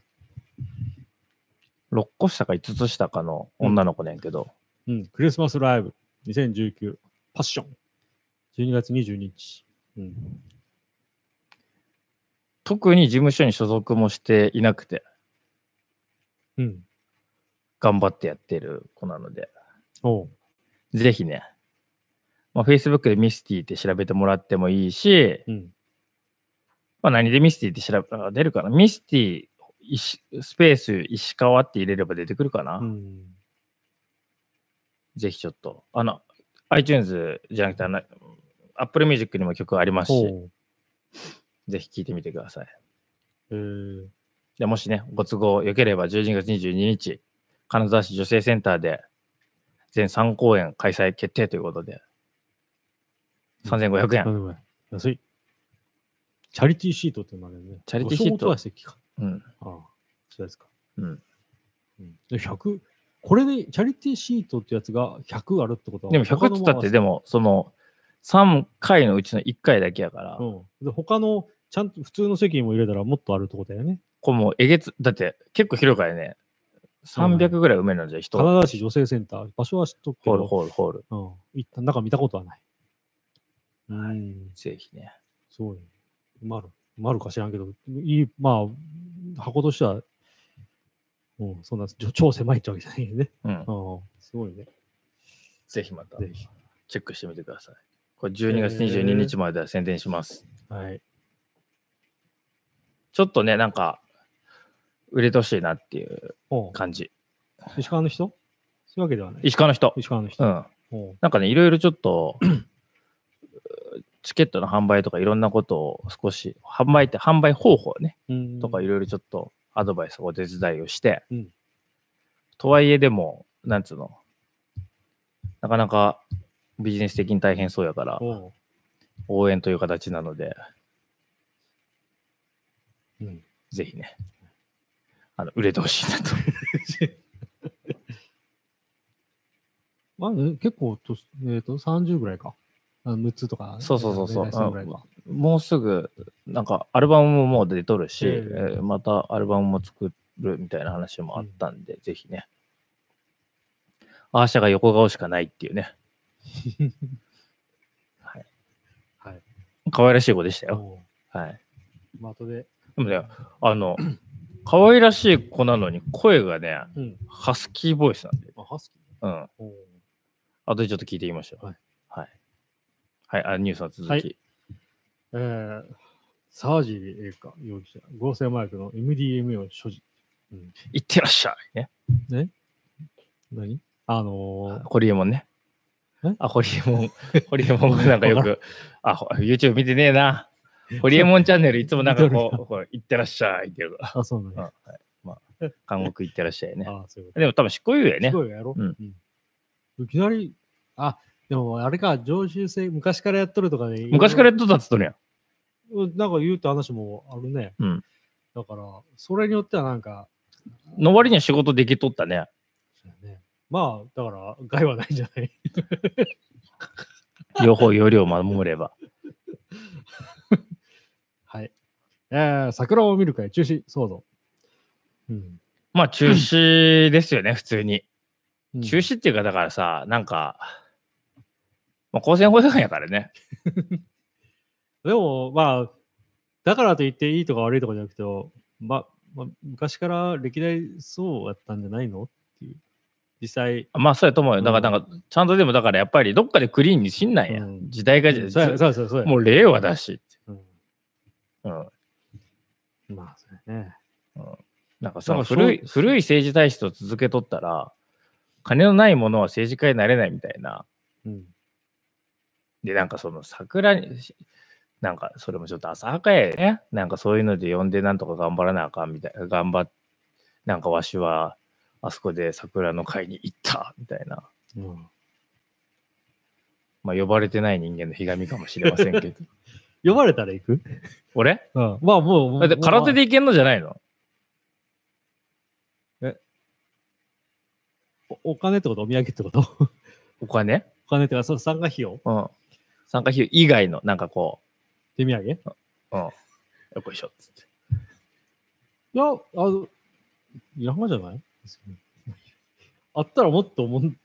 A: 6個下か5つ下かの女の子ねんけど、
B: うん、クリスマスライブ2019パッション12月22日。うん。
A: 特に事務所に所属もしていなくて、
B: うん。
A: 頑張ってやってる子なので、
B: おう。
A: ぜひね、まあ、Facebook でミスティって調べてもらってもいいし、
B: うん。
A: まあ、何でミスティって調べあ出るかなミスティ石スペース石川って入れれば出てくるかな、
B: うん。
A: ぜひちょっと、あの、iTunes じゃなくて、あの、Apple Music にも曲ありますし、
B: おう。
A: ぜひ聴いてみてください。
B: えー、
A: でもしね、ご都合よければ12月22日、金沢市女性センターで全3公演開催決定ということで、3500円
B: な。んでもない安い。チャリティーシートっていうのもあるよね。
A: チャリティーシート
B: は席か。
A: うん。
B: ああ、そうですか。
A: うん。
B: うん、で100、これでチャリティーシートってやつが100あるってことは
A: でも100っつったって、で
B: も。
A: も、その、3回のうちの1回だけやから、こ
B: うん。で、他の、ちゃんと普通の席にも入れたらもっとあるってことだよね。
A: れもうえげつ、だって結構広いからね、300ぐらい埋めるのじゃ、人、
B: カナダ市女性センター、場所は知っとくけ
A: ホー
B: ど、
A: ル、ホール、ホール。
B: うん。一旦中見たことはない。うん。
A: ぜひね。
B: すごい。まる。まるか知らんけど、いい、まあ、箱としては、うん、そんな、ちょ超狭いってわけじゃないよね。
A: うん。
B: うん。すごいね。
A: ぜひまた、
B: ぜひ。
A: チェックしてみてください。これ12月22日までは宣伝します。
B: はい。
A: ちょっとね、なんか、売れてほしいなっていう
B: おう
A: 感じ。
B: 石川の人そういうわけではない。
A: 石川の人。
B: 石川の人。
A: うん。
B: おう
A: なんかね、いろいろちょっと、チケットの販売とかいろんなことを少し、販売って販売方法ね、
B: うん
A: とかいろいろちょっとアドバイス、お手伝いをして、
B: うん
A: とはいえでも、なんつうの、なかなかビジネス的に大変そうやから、
B: おう
A: 応援という形なので、
B: うん。
A: ぜひね、あの売れてほし いなと。
B: まあ、ね、結構と、えっ、と、30ぐらいか。あの6つとか。
A: そうそうそうそう
B: 年代差ぐらいか
A: もうすぐ、なんかアルバムももう出とるし、
B: ええ
A: えーまたアルバムも作るみたいな話もあったんで、ぜひね。アーシャが横顔しかないっていうね、
B: はい。
A: 可愛らしい子でしたよ。
B: も
A: はい。
B: うまあ、後で。
A: でもね、あの、可愛らしい子なのに声がね、
B: うん。
A: ハスキーボイスなんで、
B: あ、ハスキー。
A: うん。
B: おー
A: あとでちょっと聞いてみましょう。
B: はい。
A: はい。はい、あニュースの続き。
B: はいえー、サージー・エイカ容疑者、合成麻薬の MDMA を所持。うん。
A: いってらっしゃい。ね。
B: 何あの
A: ホリエモンね
B: え。
A: あ、ホリエモン。ホリエモン がなんかよく、あ、ほ YouTube 見てねえな。ホリエモンチャンネルいつもなんかこう、こういってらっしゃいっていうか。
B: ー、あ、そうなん
A: うん
B: だ。
A: はいまあ、韓国行ってらっしゃいね。
B: あー、そういうこと。
A: でも多分執行猶予やね
B: す。ごいやろ、
A: うん
B: うんいきなり、あ、でもあれか、常習性、昔からやっとるとかで、
A: 昔から
B: い
A: やっとったっつっとるやん。
B: ろいろなんか言うって話もあるね。
A: うん
B: だから、それによってはなんか、
A: の割には仕事できとった ね。
B: そうやねまあ、だから、害はないんじゃない
A: 両方容量守れば。
B: はい。えー、桜を見る会中止騒動。うん。
A: まあ中止ですよね、普通に。
B: うん
A: 中止っていうか、だからさ、なんか、まあ、公選法違反やからね。
B: でも、まあ、だからといっていいとか悪いとかじゃなくて、ままあ、昔から歴代そうやったんじゃないのっていう。実際、
A: まあ、そうやと思うよ。だから、
B: うん
A: なんか、ちゃんとでも、だからやっぱりどっかでクリーンにしんないや。
B: うん
A: ん、時代が、
B: そうや、そうや、そうやそうや。
A: もう令和だし。
B: うん
A: うん。
B: まあ、そうやね。
A: なんか
B: だか
A: さ、
B: ら
A: 古い、
B: そう
A: 古い政治体質を続けとったら、金のないものは政治家になれないみたいな。
B: うん。
A: で、なんかその桜に、しなんかそれもちょっと浅はかやね。なんかそういうので呼んでなんとか頑張らなあかんみたいな。頑張っ、なんかわしは、あそこで桜の会に行ったみたいな。まあ呼ばれてない人間のひがみかもしれません けど。
B: 呼ばれたら行く
A: 俺
B: うん。まあもう、
A: だって空手
B: で。
A: でいけんのじゃないの
B: おお金ってことお土産ってこと お
A: お金
B: 金ってか、そう、参加費用
A: うん。参加費用以外の、なんかこ、
B: 手土産いう
A: うん。よっこいしょっつって。
B: や、あの、山じゃない 別にあったらもっともん、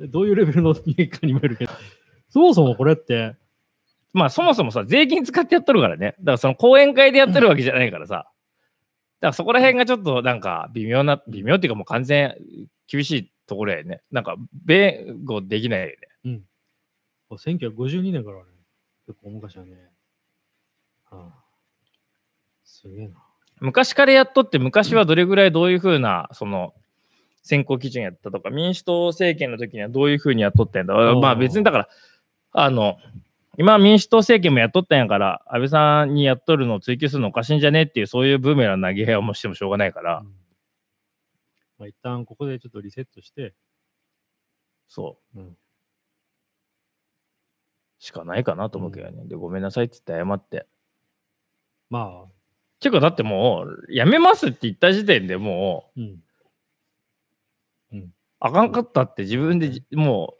B: どういうレベルのお土産かにもよるけど、そもそもこれって、
A: まあそもそもさ、税金使ってやっとるからね。だからその講演会でやってるわけじゃないからさ。だからそこら辺がちょっとなんか微妙な、微妙っていうかもう完全厳しいところやよね。なんか弁護できないよね。
B: 1952年からね、結構昔はね、はあ、すげえな。
A: 昔からやっとって、昔はどれぐらいどういうふうな、その、選考基準やったとか、民主党政権の時にはどういうふうにやっとったんや
B: お
A: と。
B: ー
A: まあ別にだから、あの、今民主党政権もやっとったんやから、安倍さんにやっとるのを追求するのおかしいんじゃねっていう、そういうブーメラン投げ合いをもしてもしょうがないから、
B: うんまあ、一旦ここでちょっとリセットして、
A: そう。
B: うん、
A: しかないかなと思うけどね。で、ごめんなさいって言って謝って。
B: まあ、
A: てか、だってもう、やめますって言った時点でもう、
B: うん。
A: あかんかったって自分でじ、も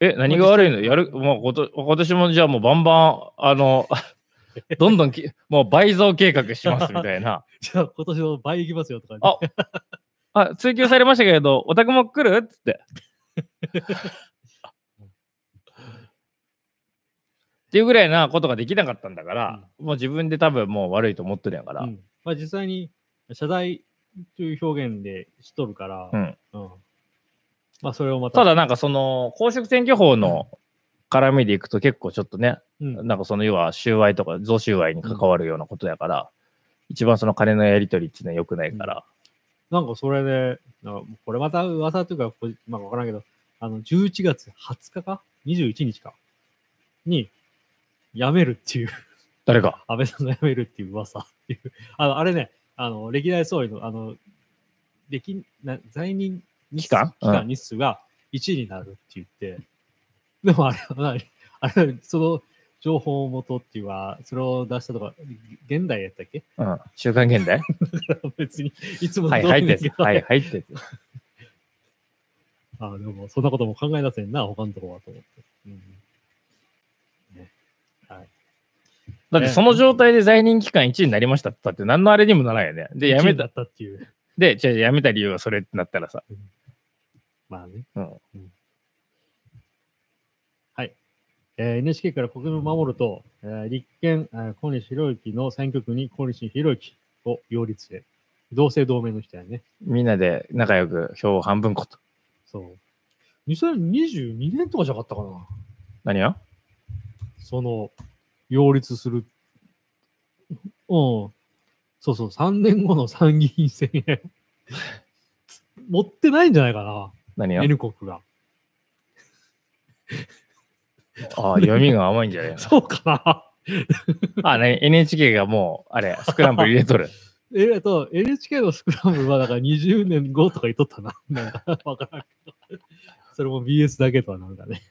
A: う、え、何が悪いのやる、もうこと、今年もじゃあもうバンバン、あ の、どんどんき、もう倍増計画しますみたいな。
B: じゃあ今年の倍いきますよとか、ね、
A: ああ、追求されましたけれど、オタクも来るっつって。っていうぐらいなことができなかったんだから、もう自分で多分もう悪いと思ってるんやから。
B: うんまあ、実際に謝罪という表現でしとるから、
A: うん
B: うんまあそれをまた、
A: ただなんかその公職選挙法の絡みでいくと結構ちょっとね、
B: うん、
A: なんかその要は収賄とか贈収賄に関わるようなことやから、一番その金のやり取りっていうのは良くないから、
B: なんかそれで、なんかこれまた噂というか、こまあわからんけど、あの11月20日か ?21 日かに、辞めるっていう、
A: 誰か。
B: 安倍さんが辞めるっていう噂っていう。あの、あれね、あの、歴代総理の、あの、歴、な在任
A: 期間
B: 期間日数が1位になるって言って、でもあれは何、あれはその情報元っていうは、それを出したとか、げ現代やったっけ
A: うん。週刊現代
B: 別に、いつも
A: はい、
B: 通り
A: 入って
B: だ
A: つ
B: け。ど
A: はい、入ってつ。
B: ああ、でも、そんなことも考え出せんな、他のとこはと思って。うんねはい、
A: だってその状態で在任期間1位になりましたって言ったって何のあれにもならんよね。で、や
B: 1
A: め
B: 位だ
A: た
B: っ、たっていう。
A: で、じゃあやめた理由はそれってなったらさ、
B: まあね。
A: うん。
B: えー NHK から国民を守ると、えー立憲、えー小西博之の選挙区に小西博之を擁立して、同姓同名の人やね。
A: みんなで仲良く票を半分こと。
B: そう。2022年とかじゃなかったかな。
A: 何が
B: その、擁立する。うん。そうそう、3年後の参議院選 へ。持ってないんじゃないか
A: 何
B: な、
A: が
B: N 国が。
A: ああ、読みが甘いんじゃないの
B: そうかな。
A: あ、ね、NHK がもう、あれ、スクランブル入れとる。
B: えっと、NHK のスクランブルはだから20年後とか言っとった な。なんか、わからんけど。それも BS だけとはなんかね。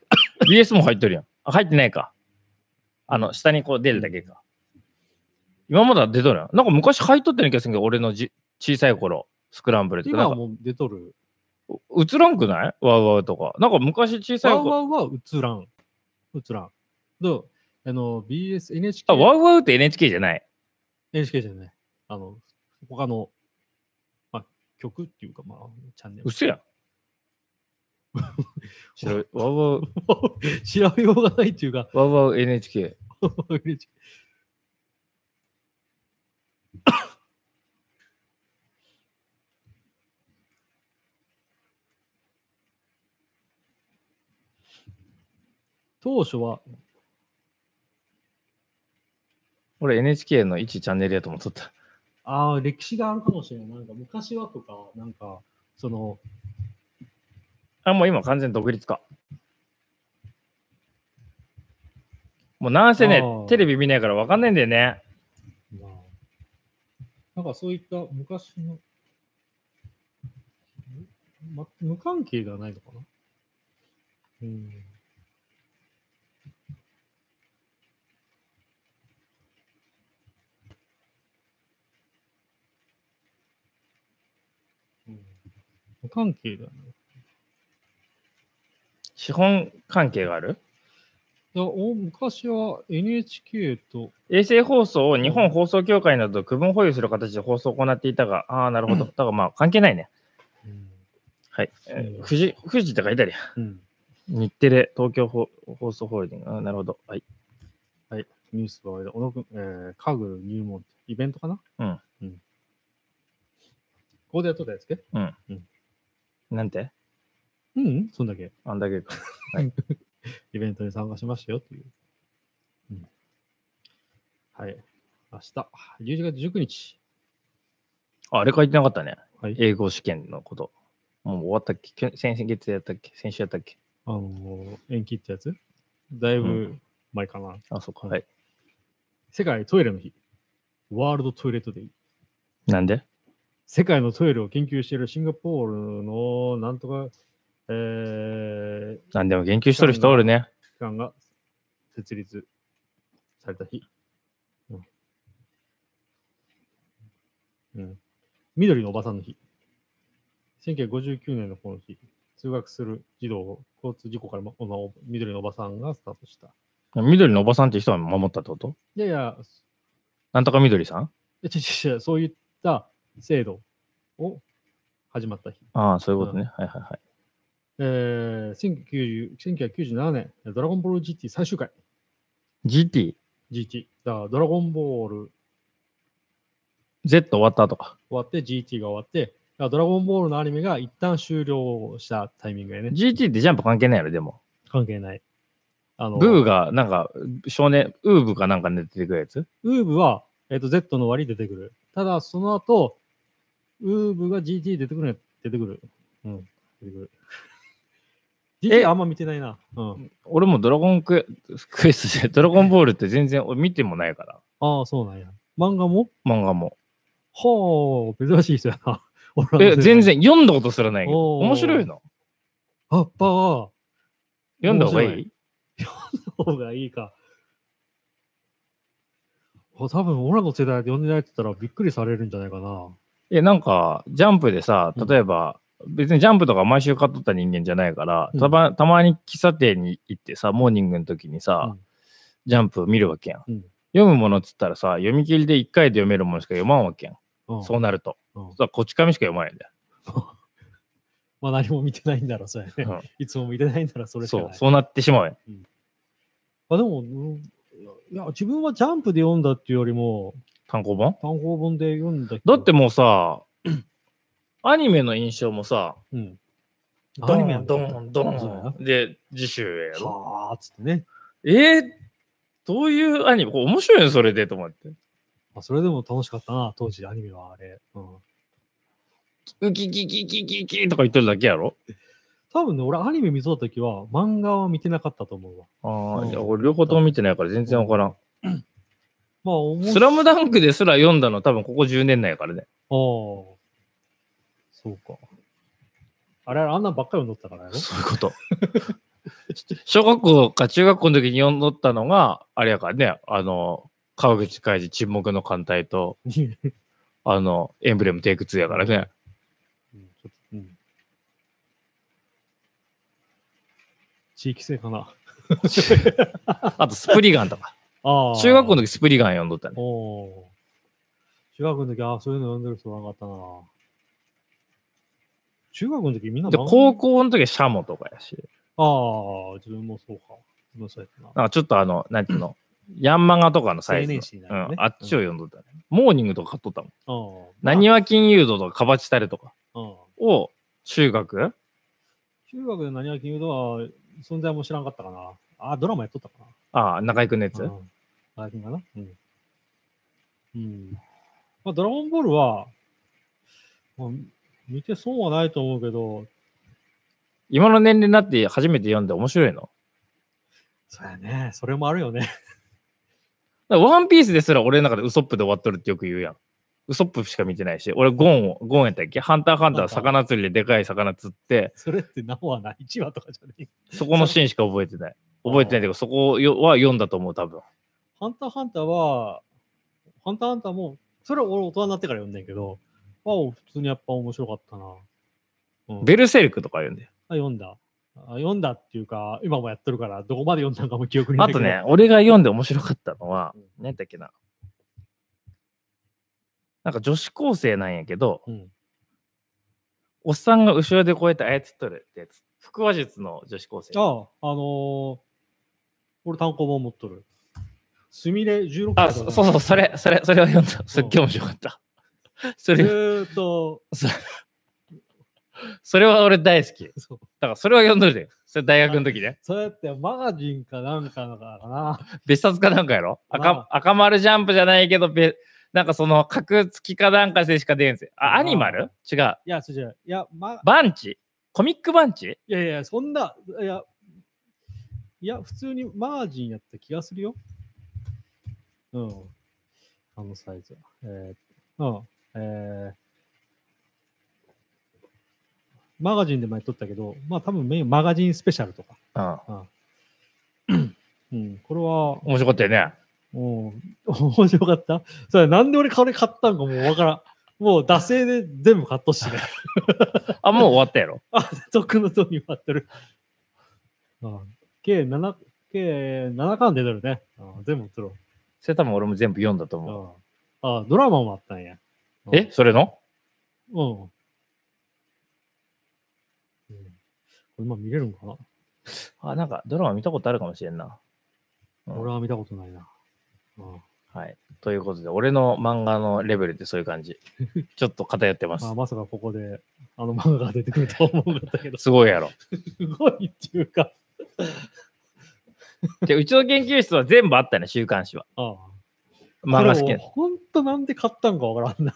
A: BS も入っとるやん。あ、入ってないか。あの、下にこう出るだけか。今までは出とるやん。なんか昔入っとったような気がするけど、俺のじ小さい頃、スクランブルって。
B: 今
A: な
B: は
A: んか、
B: もう出とる。
A: う映らんくないワウワウとか。なんか昔小さい
B: ワウ
A: 頃。
B: ワウは映らん。映らん。どうあの、BS、NHK。
A: あ、ワウワウって NHK じゃない。
B: NHK じゃない。あの、他の、まあ、曲っていうか、まあ、チャ ンネル。
A: 嘘 やん。白いワウワウ、
B: 調べようがないっていうか、
A: ワウワウ NHK。
B: NHK 当初は、
A: 俺 NHK の一チャンネルやと思っとった。
B: ああ、歴史があるかもしれない。なんか昔はとか、なんか、その、
A: あ、もう今完全独立か。もうなんせね
B: あー、
A: テレビ見ないからわかんないんだよね。
B: まあ、なんかそういった昔の、んま、無関係ではないのかな。うん。うん無関係だな。
A: 資本関係がある
B: だお昔は NHK と、
A: 衛星放送を日本放送協会など区分保有する形で放送を行っていたが、ああ、なるほど。だからまあ関係ないね。はい。えー
B: うん
A: 富士、富士って書いてあるやん。
B: うん、
A: 日テレ、東京放放送ホールディング。あーなるほど。はい。
B: ニュースの間、小野君、えー、家具入門、イベントかな
A: うん。
B: うん、ここでやっとったやつっけ
A: なんて
B: うん、うん、そんだけ。
A: あんだけか。
B: イベントに参加しましたよっていう。うん、はい。明日、11月19日。
A: ああれ書いてなかったね。
B: はい。
A: 英語試験のこと。もう終わったっけけ先々月やったっけ先週やったっけ
B: あのー延期ってやつだいうぶ前かな。
A: あ、そうか。
B: うん
A: はい。
B: 世界トイレの日。ワールドトイレットデイ。
A: なんで
B: 世界のトイレを研究しているシンガポールのなんとか、えー、
A: なんでも言及しとる人おるね。
B: 機関が設立された日。うん。うん、緑のおばさんの日。1959年のこの日、通学する児童を交通事故から、ま、この緑のおばさんがスタートした。
A: 緑のおばさんって人は守ったってこと
B: いやいや、
A: なんとか緑さん
B: えちちちそういった制度を始まった日。
A: ああ、そういうことね。はいはいはい。
B: えー、1990 1997年、ドラゴンボール GT 最終回。
A: GT、
B: GT。だからドラゴンボール
A: Z 終わった後か。
B: 終わって GT が終わって、だからドラゴンボールのアニメが一旦終了したタイミングやね。
A: GT ってジャンプ関係ないやろ、でも。
B: 関係ない。あの、
A: ブーが、なんか、少年、ウーブかなんか出てくるやつ
B: ウーブは、えっ、と、Z の割り出てくる。ただ、その後、ウーブが GT 出てくるね。出てくる。うん。出てくる。
A: え
B: GT あんま見てないな。うん。
A: 俺もドラゴンクエクエストじゃない、ドラゴンボールって全然俺見てもないから。
B: ああ、そうなんや。漫画も
A: 漫画も。
B: はあ、珍しい人やな。 俺らの世
A: え、
B: 代
A: 全。然読んだことすらないけど。
B: おー
A: 面白いの
B: あっぱー。
A: 読んだ方がい
B: 面白
A: い
B: 方がいいか。これ多分、俺らの世代で呼んでないって言ったらびっくりされるんじゃないかな。
A: いや、なんか、ジャンプでさ、
B: うん
A: 例えば、別にジャンプとか毎週買っとった人間じゃないから、
B: うん
A: たまたまに喫茶店に行ってさ、モーニングの時にさ、
B: うん
A: ジャンプ見るわけやん。
B: うん
A: 読むものっつったらさ、読み切りで1回で読めるものしか読まんわけやん。
B: うん、
A: そうなると。
B: うん
A: そうこっち紙しか読まないんだよ。
B: まあ何も見てないんだらそれ、ね
A: うん
B: いつも見てないんだらそれし
A: そ
B: かな
A: う
B: い。、
A: そうなってしまうやん。
B: あでも、うんいや、自分はジャンプで読んだっていうよりも、
A: 単行本
B: 単行本で読んだけ
A: だ
B: ど
A: って、もうさ、アニメの印象もさ、
B: うん。
A: ドンド
B: は
A: ンド
B: そうやな
A: ンで、次週へやろ。
B: あ、つってね。
A: えー、どういうアニメこれ面白いのそれでと思って。
B: まあ、それでも楽しかったな、当時アニメはあれ。うん。
A: ウキキキキキキとか言ってるだけやろ
B: 多分ね、俺アニメ見そうた時は漫画は見てなかったと思うわ。
A: ああ、
B: うん
A: いや、俺両方とも見てないから全然わからん。
B: まあ、思
A: スラムダンクですら読んだの多分ここ10年内やからね。
B: ああ。そうか。あれ、あんなんばっかり読んどっ たからや ろ
A: そういうこと。小学校か中学校の時に読んどったのが、あれやからね、あの、川口海事沈黙の艦隊と、あの、エンブレムテイク2やからね。
B: うんちょっとうん地域性かな。
A: あとスプリガンと か。
B: ああ。
A: 中学校
B: の
A: の時スプリガン読んどったね。
B: おー中学の時、ああ、そういうの読んでる人はなかったな。中学の時みんな
A: で、
B: 漫画
A: 高校の時はシャモとかやし。
B: ああ、自分もそうか。自分もそうやったな。
A: なんかちょっとあの、なんていう の、ヤンマガとかのサイ
B: 青
A: ズの
B: 年。誌にな
A: う
B: るよね
A: ん、。あっちを読んどったね。モーニングとか買っとったもん。
B: うん。うん
A: なにわ金融道とか、かばちたれとか
B: うん
A: を中学
B: 中学で何は金融とは存在も知らんかったかな。ああ、ドラマやっとったかな。
A: ああ、中居くんのやつ
B: うんあれかな。うん。うん。まあ、ドラゴンボールは、まあ、見て損はないと思うけど、
A: 今の年齢になって初めて読んで面白いの。
B: そうやね。それもあるよね。
A: だからワンピースですら俺の中でウソップで終わっとるってよく言うやん。ウソップしか見てないし、俺ゴンを、ゴンやったっけハンターハンターは魚釣りででかい魚釣って、
B: それって何話ない ?1 話とかじゃねえ。
A: そこのシーンしか覚えてない。覚えてないけど、そこをよは読んだと思う、多分。
B: ハンターハンターは、ハンターハンターも、それは俺大人になってから読んでんけど、まあ、普通にやっぱ面白かったな。うん、
A: ベルセルクとか読んで。
B: あ読んだ。あ読んだっていうか、今もやってるから、どこまで読んだんかも記憶にな
A: あ
B: いけ
A: と
B: ど。
A: ね、俺が読んで面白かったのは、何だっけな。なんか女子高生なんやけど、
B: うん。
A: おっさんが後ろでこうやって操っとるってやつ。腹話術の女子高生。
B: ああ、あのー、俺単行本持っとる。すみれ16
A: あ
B: 歳
A: そそうそう、それ、それ、それを読んだ。すっげえ面白かった。そ
B: ず
A: れ、
B: ーっと、
A: それは俺大好き。だ
B: そう
A: からそれは読んどるで。それ大学の時ね。
B: そうやってマガジンかなんかだからかな。
A: 別冊かなんかやろ赤,、
B: ま
A: 赤丸ジャンプじゃないけど、べなんかその格付きかなんかでしか出んすよ。
B: ま
A: あ、
B: あ
A: アニマル違う。
B: いや、そうじゃないいや、ま、
A: バンチコミックバンチ
B: いやいや、そんな、いや、いや、普通にマガジンやった気がするよ。うん。あのサイズは。えー、うん。えー、マガジンで前撮ったけど、まあ多分メインマガジンスペシャルとか。
A: うん。
B: うん、これは、
A: 面白かったよね。
B: もう、面白かった。それなんで俺これ買ったんかもうわからん。もう、惰性で全部買っとしね。
A: あ、もう終わったやろ。
B: 得のとに割ってる。うん計7、計7巻出てるね。うん全部売ってる
A: それ多分俺も全部読んだと思う。
B: わ。うんあ、ドラマもあったんや。うん
A: えそれの
B: うん。うんこれ今見れるんかな、
A: あ、なんかドラマ見たことあるかもしれんな。うん
B: 俺は見たことないな。うん
A: はい。ということで、俺の漫画のレベルってそういう感 じ。ちょっと偏ってます
B: まあ、。まさかここであの漫画が出てくるとは思うんだったけど、す
A: すごいやろ。
B: ごいっていうか、
A: で、うちの研究室は全部あったね、週刊誌は。
B: あ
A: 漫画好き
B: 本
A: な。
B: ほんとなんで買ったんかわからんな。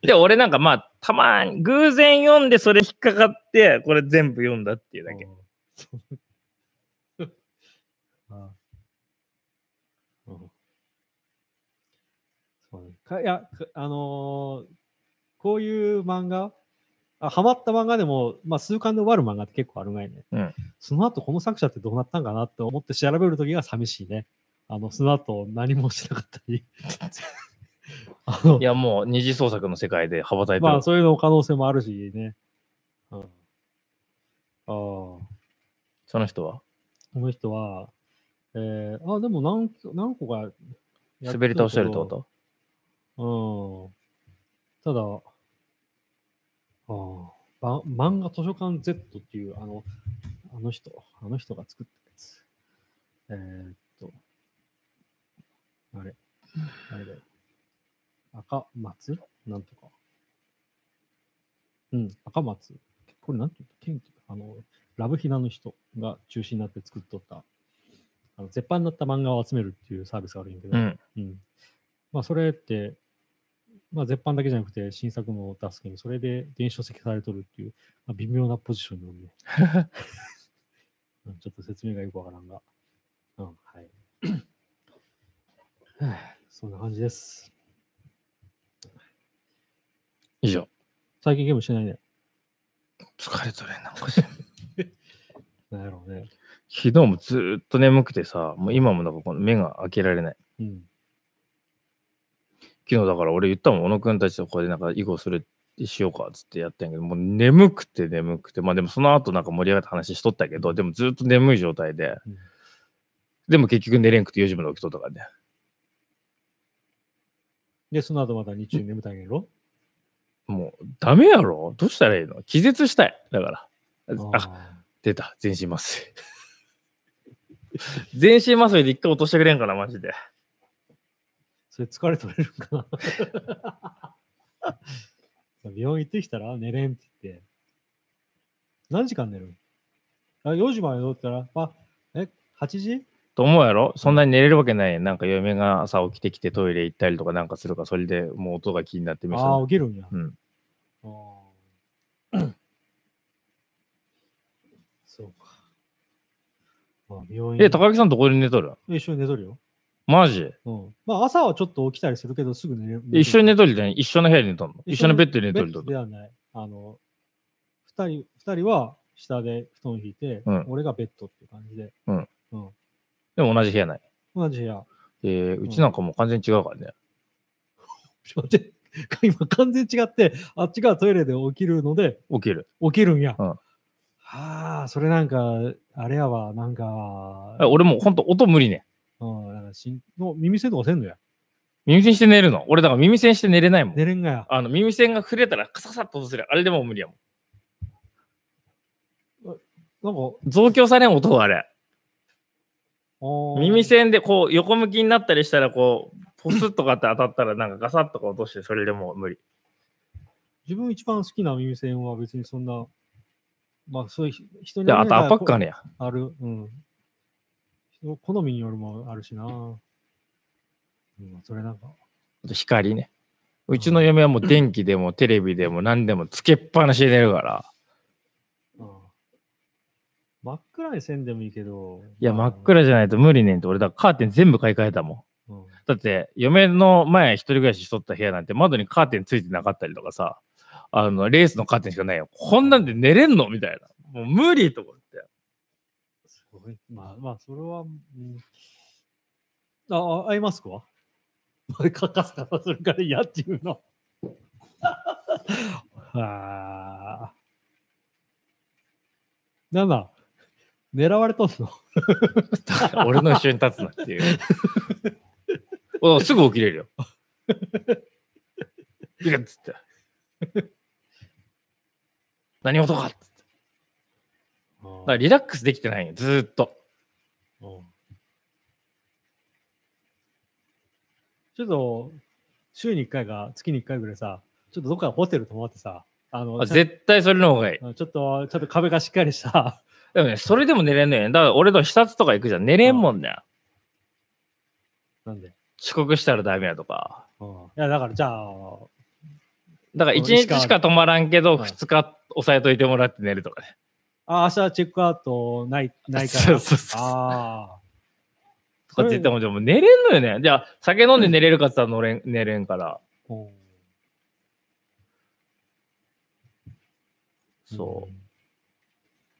A: で、俺なんかまあ、たまに偶然読んで、それ引っかかって、これ全部読んだっていうだけ。
B: うん。ああうんそうねかいや、かあのーこういう漫画あ、ハマった漫画でも、まあ、数巻で終わる漫画って結構あるがいね。
A: うん
B: その後、この作者ってどうなったんかなって思って調べるときが寂しいね。あの、その後何もしなかった り、あの
A: い、や、もう二次創作の世界で羽ばたいてる。
B: まあ、そういうの可能性もあるしね。うん、ああ、こ
A: その人は
B: の人は、えー、あ、でも何何個かやってるけど
A: 滑り倒してるってこと
B: うん。ただ、ああ、ば漫画図書館 Z っていう、あの、あの人、あの人が作ったやつ。えー、っと、あれ、あれだよ。赤松なんとか。うん、赤松。これなんて言うのケンあの、ラブヒナの人が中心になって作っとった、あの絶版になった漫画を集めるっていうサービスがあるんやけど、
A: うん。
B: うん。まあ、それって、まあ、絶版だけじゃなくて、新作も出すけど、それで電子書籍されとるっていう、まあ、微妙なポジションにおるね。うんちょっと説明がよくわからんが。うん、はい。はあそんな感じです。
A: 以上。
B: 最近ゲームしてないね。
A: 疲れとれんなんかしら
B: なんやろうね。
A: 昨日もずーっと眠くてさ、もう今もなんかこの目が開けられない。
B: うん。
A: 昨日だから俺言ったもん、小野くんたちとこれでなんか囲碁する、しようかっつってやったんやけど、もう眠くて眠くて、まあでもその後なんか盛り上がった話しとったけど、でもずーっと眠い状態で、
B: うん
A: でも結局寝れんくて4時まで起きとったからね。
B: で、その後また日中眠たいんやろ
A: もうダメやろどうしたらいいの気絶したい。だから。あ、
B: あ
A: 出た。全身麻酔。 全身麻酔で一回落としてくれんかな、マジで。
B: それ疲れ取れるんかな 病院行ってきたら寝れんって言って。何時間寝るあ ?4 時まで寝ったら、あ、え、8時
A: と思うやろそんなに寝れるわけないやん。なんか嫁が朝起きてきてトイレ行ったりとかなんかするから、それでもう音が気になってみ
B: ああ、起きるんや。
A: うん。
B: あー そうか。まあ、病院
A: え、高木さんどこで寝とる
B: 一緒に寝とるよ。
A: マジ
B: うん。まあ、朝はちょっと起きたりするけど、すぐ寝れる。
A: え一緒に寝とるじゃん。一緒の部屋で寝とんの一緒のベッドで寝とるって
B: ベ
A: こ
B: ッドで
A: と
B: はない。あの、二人、二人は下で布団引いて、
A: うん
B: 俺がベッドっていう感じで。
A: うんでも同じ部屋ない。
B: 同じ部屋。
A: えー、うちなんかもう完全に違うからね。
B: ちょっと待って今完全に違って、あっちがトイレで起きるので、
A: 起きる。
B: 起きるんや。
A: うん
B: はあ、それなんか、あれやわ、なんか
A: え、俺もうほんと音無理ね。
B: うん、なんかしんの耳栓とかせんのや。
A: 耳栓して寝るの。俺だから耳栓して寝れないもん
B: 寝。れんがや。
A: あの耳栓が触れたらカサカサっと音する。あれでも無理やもん。
B: なんか、
A: 増強されん音はあれ。
B: あー
A: 耳栓でこう横向きになったりしたらこうポスッとかって当たったらなんかガサッとか落としてそれでもう無理。
B: 自分一番好きな耳栓は別にそんな、まあそういうひ人に
A: で、
B: よ
A: あ
B: る
A: と
B: が
A: 圧迫感や。
B: ある、うん。人好みによるもあるしな。うん、それなんか。
A: あと光ね。うちの嫁はもう電気でもテレビでも何でもつけっぱなしで寝るから。
B: うん真っ暗にせんでもいいけど。
A: いや、
B: ま
A: 真
B: あ
A: っ。暗じゃないと無理ねんって俺だからカーテン全部買い替えたもん。
B: うん
A: だって、嫁の前一人暮らししとった部屋なんて窓にカーテンついてなかったりとかさ、あの、レースのカーテンしかないよ。こんなんで寝れんのみたいな。もう無理と思って。
B: すごい。まあまあ、それは、うん、あ、あアイマスクは カサカサするから嫌っていうの。 はあ。なんだ狙われとんの
A: だから 俺の一緒に立つなっていう。 おすぐ起きれるよ。 いやっつって。何事かっつって。だからリラックスできてないよ、ずーっと。
B: うんちょっと、週に1回か月に1回ぐらいさ、ちょっとどっかホテル泊まってさ、あの、
A: あ
B: ちゃん
A: 絶対それの方がいい。
B: うんちょっと、ちょっと壁がしっかりした、
A: でもね、それでも寝れんのよね。だから俺の視察とか行くじゃん。寝れんもんだよ。
B: なんで。
A: 遅刻したらダメやとか。
B: うんいや、だからじゃあ、
A: だから
B: う
A: 1
B: ん
A: 日しか泊まらんけど、
B: はい
A: 2日押さえといてもらって寝るとかね。
B: あ、明日チェックアウトない、ないから。
A: そうそうそう
B: ああ。
A: とかって言っても、でも寝れんのよね。じゃあ、酒飲んで寝れるかって言ったら乗れん寝れんから。
B: うん
A: そう。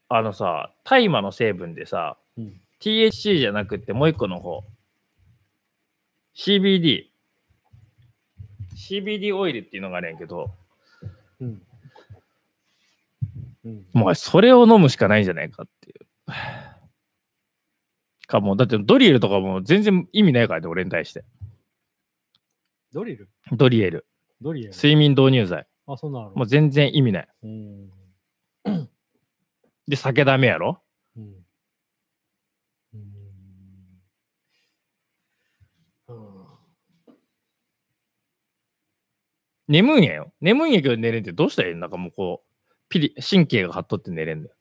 A: あのさ、大麻の成分でさ、
B: うん。
A: THC じゃなくってもう一個の方。 CBD。CBD オイルっていうのがあるんやけど、
B: うん。うん。
A: もうそれを飲むしかないんじゃないかっていう。かもう、だってドリエルとかも全然意味ないからね、俺に対して。
B: ドリル
A: ドリエル。
B: ドリル。
A: 睡眠導入剤。
B: あ、そんなのある
A: もう全然意味ない。
B: うん。
A: で、酒ダメやろ
B: うん。うん。うん
A: 眠いんやよ。眠いんやけど寝れんってどうしたらいいのなんかもうこう、ピリ、神経が張っとって寝れんだよ。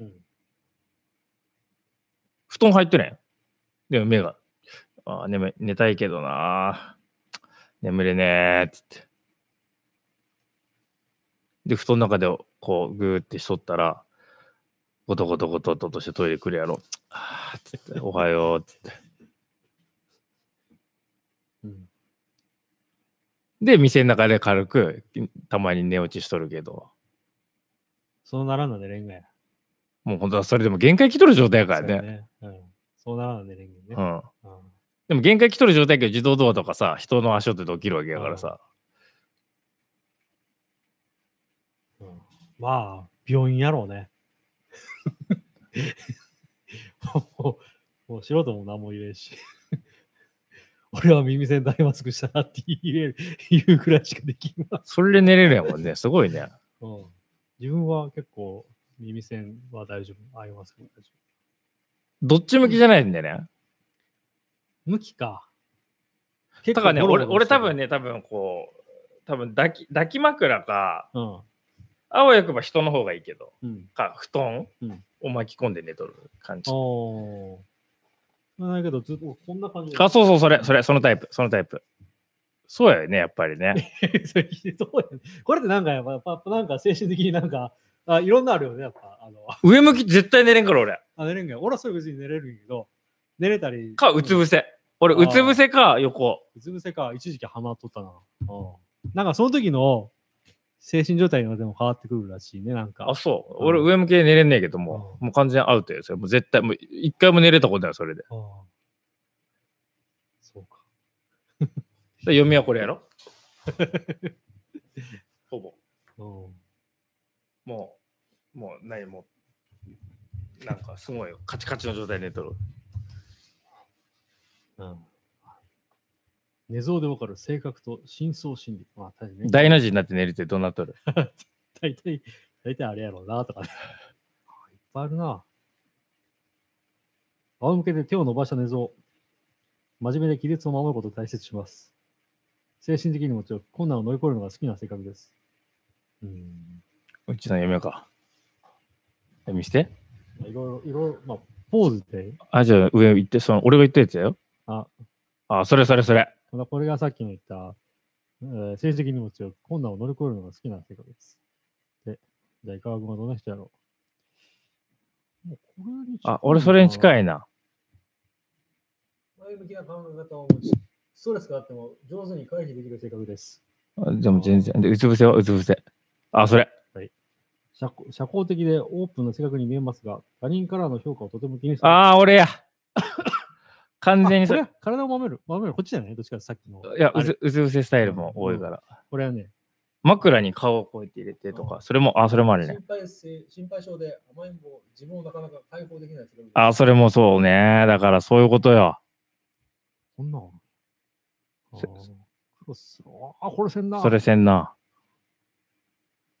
B: うん。
A: 布団入ってないよ。でも目が、あー眠い寝たいけどなー眠れねーっつって。で、布団の中でこう、ぐーってしとったら、ゴトゴトゴトゴトとしてトイレ来るやろ。あーっつって、おはようっつって。
B: うん。
A: で、店の中で軽く、たまに寝落ちしとるけど。
B: そうならんので、レンガや。
A: もう本当はそれでも限界来とる状態やから
B: そうや
A: ね。
B: ね。うん。そうならんので、レンガ
A: う
B: ね。
A: ん。
B: うん
A: でも限界来とる状態やけど自動ドアとかさ、人の足音で起きるわけやからさ。
B: うんまあ、病院やろうね。もう、もう素人も何も言えんし。俺は耳栓大マスクしたなって言える、言うぐらいしかできんわ。
A: それで寝れるやもんね。すごいね。
B: うん。自分は結構耳栓は大丈夫。アイマスクも大丈
A: どっち向きじゃないんだよね。
B: 夫。向きか。
A: だ
B: 結
A: からね、俺、俺多分。ね、多分こう、多分抱き、抱き枕か、
B: うん。
A: あわよくば人の方がいいけど、
B: うん。
A: か、布団
B: うん
A: を巻き込んで寝とる感じ。
B: おー。まあだけど、ずっとこんな感じ
A: あ、そうそう、それ、それ、そのタイプ、そのタイプ。そうやよね、やっぱりね。
B: それひどいこれってなんかやっぱ、やっぱなんか精神的になんか、あいろんなあるよね、やっぱ。あの、
A: 上向き絶対寝れんから、俺。
B: あ寝れんけど、俺はそれ別に寝れるんやけど、寝れたり。
A: か、うつ伏せ。俺、
B: あー
A: うつ伏せか、横。
B: うつ伏せか、一時期ハマっとったな。うん。なんかその時の精神状態にはでも変わってくるらしいね、なんか。
A: あ、そう。
B: うん
A: 俺、上向きで寝れんねえけども、もう完全アウトよ。それもう絶対、もう一回も寝れたことない、それで。
B: うんそうか。
A: で読みはこれやろ ほぼ。
B: うん。
A: もう、もう、何もう、なんかすごいカチカチの状態で寝とる。
B: うん。寝相でわかる性格と深層心理。まあ、確かにね。
A: 大の字になって寝るってどうなっとる
B: 大体、大体あれやろうな、とかね。 いっぱいあるな。仰向けで手を伸ばした寝相。真面目で規律を守ることを大切にします。精神的にも強く困難を乗り越えるのが好きな性格です。うーん。
A: うちの読みようか。読みして。
B: まあいろいろ、いろいろ、まあ、ポーズで、
A: あ、じゃあ上行って、その、俺が言ったやつだよ。
B: あ、
A: あ、それそれそれ。
B: まあこれがさっきの言った、えー、政治的にも強く困難を乗り越えるのが好きな性格です。で、じゃあ、川君はどんな人やろうもうこれに近い
A: あ、俺それに
B: いな
A: 近いな。
B: 前向きな考え方を持ち、ストレスがあっても上手に回避できる性格です。
A: あでも全然。で、うつ伏せはうつ伏せ。あ、それ。
B: 社交社交的でオープンな性格に見えますが、他人からの評価をとても気にする。
A: ああ、俺や。 完
B: あ
A: 全にそ
B: こ
A: れ。
B: れ体を守る。守る。こっちじゃないどっちかさっきの。
A: いや、
B: あ
A: う
B: れ
A: つうつ伏せスタイルも多いから。
B: これはね、
A: 枕に顔をこうやって入れてとか、それも、あ、それもあるね
C: 心。配性心配性で甘えん坊、自分をなかなか解放できない性格です
A: あ、それもそうね。だからそういうことよ。
B: こんなの。あー
A: せ
B: クロスの。あ、これせんな。
A: それせんな。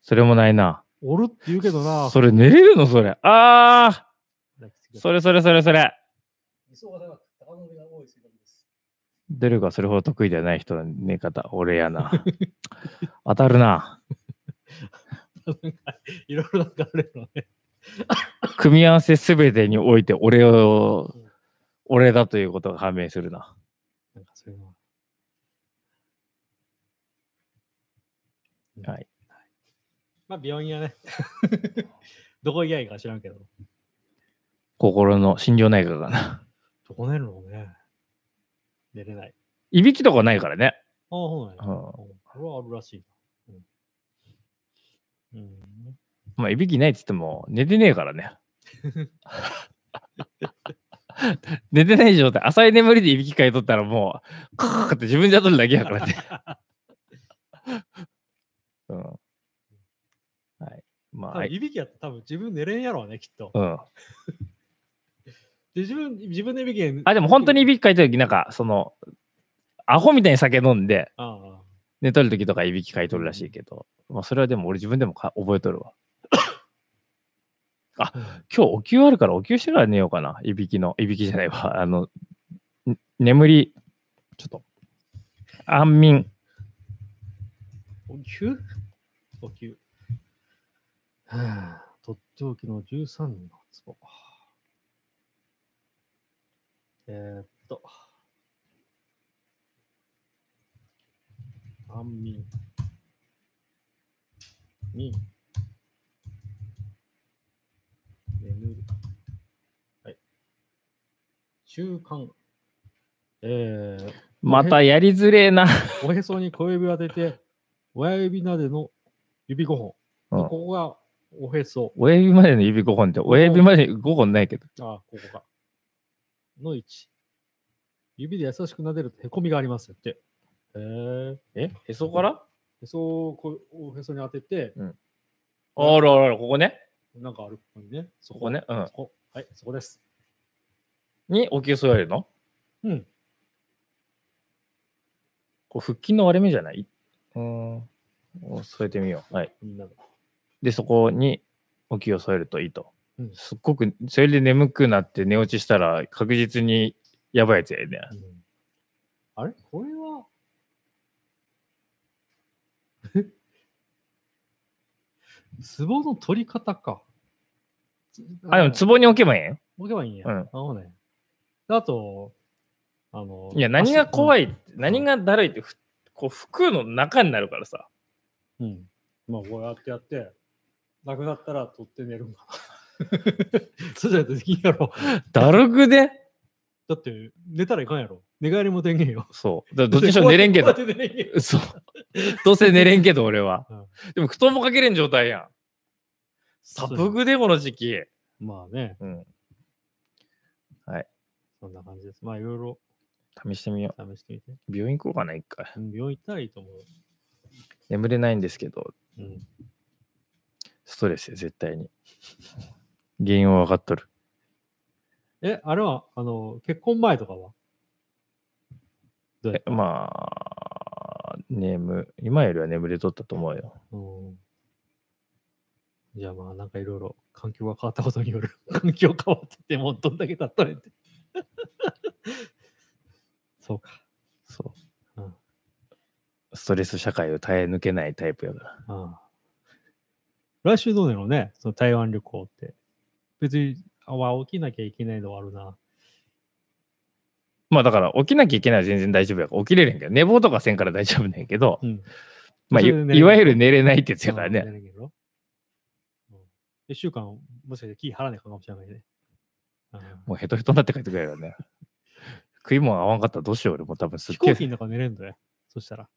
A: それもないな。
B: おるって言うけどな。
A: それ寝れるのそれ。あーそれそれそれそれ。
C: 理想が高く、高伸びが多い性格 です。
A: 努力がそれほど得意ではない人の寝方。俺や な。当たるな。
B: いろいろなんかあるよね。
A: 組み合わせすべてにおいて俺を、俺だということが判明するな。
B: なんかそういうのは。
A: はい。
B: まあ、病院やね。 どこ以外か知らんけど。
A: 心の心療内科かな。
B: どこ寝るのね。寝れない。
A: いびきとかないからね。
B: ああ、そうなんや。
A: うん
B: これはあるらしいな。うん。うん、
A: まあ、いびきないっつっても寝てねえからね。寝てない状態、浅い眠りでいびきかいとったらもう、カーって自分じゃとるだけやからね。 うん。はい。まあ、
B: 多
A: は
B: 分
A: い。
B: いびきやったら多分自分寝れんやろうね、きっと。
A: うん。
B: で、自分、自分でいびきやん
A: あ、でも本当にいびきかいたとき、なんか、その、アホみたいに酒飲んで、
B: ああ。
A: 寝とるときとかいびきかいとるらしいけど、まあ、それはでも俺自分でもか覚えとるわ。
B: うん
A: 今日お灸あるからお灸してから寝ようかな。いびきの、いびきじゃないわ。あ の、ん眠り、ちょっと、安眠。
B: お灸お灸。はあとっておきの13のツボ。えー、っと。安眠。眠。眠る。はい。習慣。えー、
A: またやりづれえな。
B: おへそに小指を当てて、親指なでの指5本。
A: うん
B: ここがおへそ。
A: 親指までの指5本って、親指まで5本ないけど。
B: あここか。の位置。指で優しく撫でるとへこみがありますよって。へえ。
A: えへそから
B: へそをこうおへそに当てて、
A: あらあら、ここね。
B: なんかあるここにね。そ
A: ここね。うん
B: そ。こ。はい、そこです。
A: に、お灸添えるの
B: うん。
A: こう腹筋の割れ目じゃないうーん。お添えてみよう。はい。
B: みんなで。
A: で、そこにお灸を添えるといいと。
B: うん
A: すっごく、それで眠くなって寝落ちしたら確実にやばいやつやね。
B: うんあれこれは。 ツボの取り方か。つ
A: あ、でも、ツボに置けばいいんよ
B: 置けばいいんや。
A: うん
B: なるほどね。であと、あの、
A: いや、何が怖
B: い、
A: い、何がだるいって、ふこう、服の中になるからさ。
B: うん、まあ、こうやってやって、なくなったら取って寝るんかな。 そうじゃないとできんやろ。
A: だるくで
B: だって、寝たらいかんやろ。寝返りもでんげんよ。
A: そう。だからどっちにしろ寝れんけ
B: こ
A: ど
B: う。やって寝れんけど
A: そう。どうせ寝れんけど、俺は
B: うん。
A: でも、布団もかけれん状態やん。サプグで、この時期。
B: まあね、
A: うん。
B: そんな感じです。まあ、いろいろ
A: 試してみよ
B: 試してみて。
A: う。病院行こうかな、一回。
B: うん病院行ったらいいと思う。
A: 眠れないんですけど、
B: うん。
A: ストレスよ絶対に。原因は分かっとる。
B: え、あれは、あの、結婚前とかはどうや
A: え
B: った
A: まあ、眠、今よりは眠れとったと思うよ。
B: うん。じゃあまあなんかいろいろ環境が変わったことによる 環境変わっててもうどんだけ経ったねって。 そうか。。
A: そううんストレス社会を耐え抜けないタイプやから。
B: うん。来週どうなのねその台湾旅行って。別に、あ、まあ起きなきゃいけないのはあるな。
A: まあだから起きなきゃいけないは全然大丈夫やから起きれるんやけど、寝坊とかせんから大丈夫なんやけ ど、
B: うん。
A: まあい
B: それで寝れる
A: いわゆる寝れないってやつやから
B: うん
A: ね。
B: やらなきゃいけないのうん一週間、もしかして気張らないかもしれないね。うん
A: もうヘトヘトになって帰ってくれるからね。食い物合わんかったらどうしよう俺もう多分すっ
B: 飛
A: げ
B: 行
A: え
B: 機の中寝れんだよ。そしたら。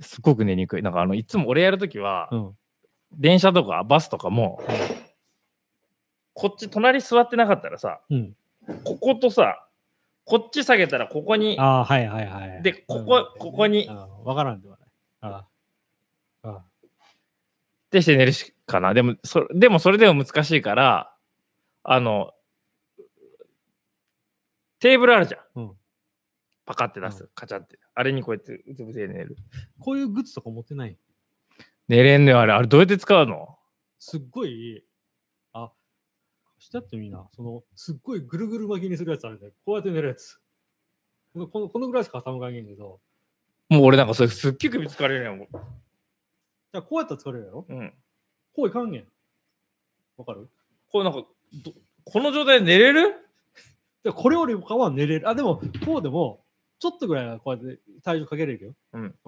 A: すっごく寝にくい。なんかあのいつも俺やるときは、
B: うん。
A: 電車とかバスとかも、こっち隣座ってなかったらさ、
B: うん。
A: こことさ、こっち下げたらここに
B: ああ、はいはいはい。
A: でここここに
B: わからんではない。ああ。あ
A: ってして寝るしかな。でも、そでもそれでも難しいから、あの、テーブルあるじゃん。
B: うん
A: パカって出す。カチャって。あれにこうやってうつ伏せで寝る。
B: あこういうグッズとか持ってない
A: 寝れんのよ、あれ。あれどうやって使うの
B: すっごい、あ、してやってみいな。その、すっごいぐるぐる巻きにするやつあるんだよ。こうやって寝るやつ。このこのこのぐらいしか頭がいいんだけど、
A: もう俺なんかそれすっげえ首疲れるやん。も
B: じゃあこうやったら疲れるやろ
A: ううん。
B: こういかんげん。わかる
A: こうなんか、どこの状態で寝れる
B: でこれより他は寝れる。あ、でも、こうでも、ちょっとぐらいはこうやって体重かけれるよ。
A: なんか、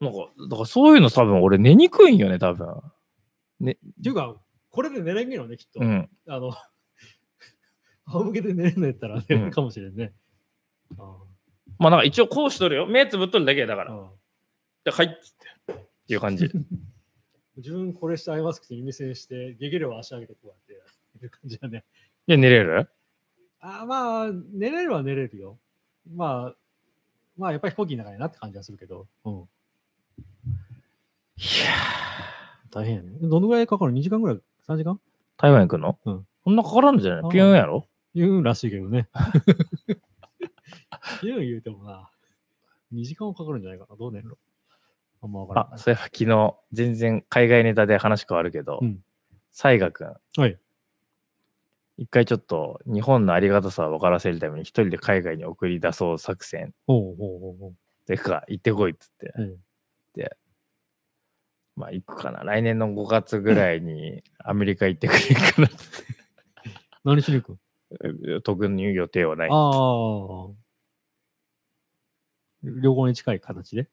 A: だからそういうの多分俺寝にくいんよね、多分。
B: っていうか、これで寝れんげんのね、きっと。
A: うん。
B: あの、 仰向けで寝れんのやったら寝
A: うん
B: るかもしれんね。あ
A: まあなんか一応こうしとるよ。目つぶっとるだけだか
B: あ
A: ら。
B: ああ
A: で、はいっつって。っていう感 じ。
B: 自分これしてアイマスクして耳栓して、ゲゲレを足上げてこうやってやる感じだね。
A: や、寝れる
B: あまあ、寝れるは寝れるよ。まあ、まあ、やっぱり飛行機の中やなって感じはするけど、うん。
A: いや
B: 大変やね。どのぐらいかかる ?2 時間ぐらい ?3 時間
A: ー台湾行くの、
B: うん
A: そんなかからんじゃな
B: あ
A: い
B: ー
A: ピュンやろ
B: 言うんらしいけどね。 言うん言うてもな、2時間はかかるんじゃないかな。どうねんろ。あんまわから
A: あ、
B: ない。
A: そういえば昨日、全然海外ネタで話変わるけど、
B: うん
A: サイガ君。
B: はい。
A: 一回ちょっと日本のありがたさを分からせるために一人で海外に送り出そう作戦
B: ほうほうほうほう。
A: てか行ってこいっつって、
B: ええ
A: まあ行くかな来年の5月ぐらいにアメリカ行ってくれるかなっつっ
B: 何しに行く
A: て特に予定はない
B: ああ。旅行に近い形で。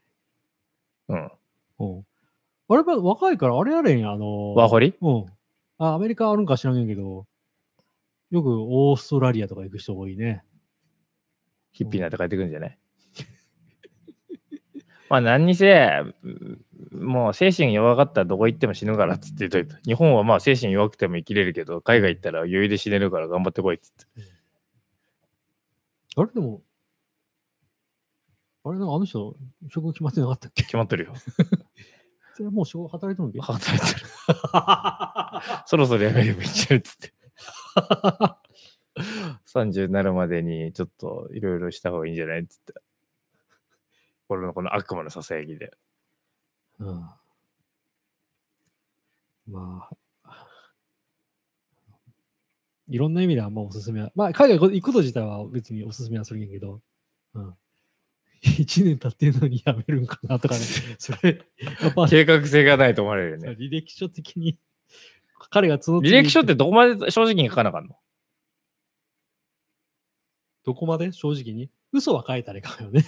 A: うん
B: うん。あれやっぱ若いから、あれやれんや、あの
A: ワーホリ
B: うん。あ、アメリカあるんか知らんけど、よくオーストラリアとか行く人多いね。
A: ヒッピーになって帰ってくるんじゃない まあ何にせもう精神弱かったらどこ行っても死ぬからっつって言っといた日本はまあ精神弱くても生きれるけど海外行ったら余裕で死ねるから頑張ってこいっつって
B: あれでも、あれなんかあの人、職決まってなかったっけ
A: 決まってるよ
B: それはもう仕事働いて るんけ
A: 働いてるそろそろやめればいいんじゃないっつって30になるまでにちょっといろいろした方がいいんじゃないっつって俺のこの悪魔のささやきで
B: うんまあ、いろんな意味であんまおすすめは、まあ、海外行くこと自体は別におすすめはするんやけど、うん。1年経ってんのにやめるんかなと かね、それ、やっぱ、
A: 計画性がないと思われるよね
B: 履歴書的に、彼が その
A: 履歴書ってどこまで正直に書かなあかんの
B: どこまで正直に嘘は書いたらいかんよ ね。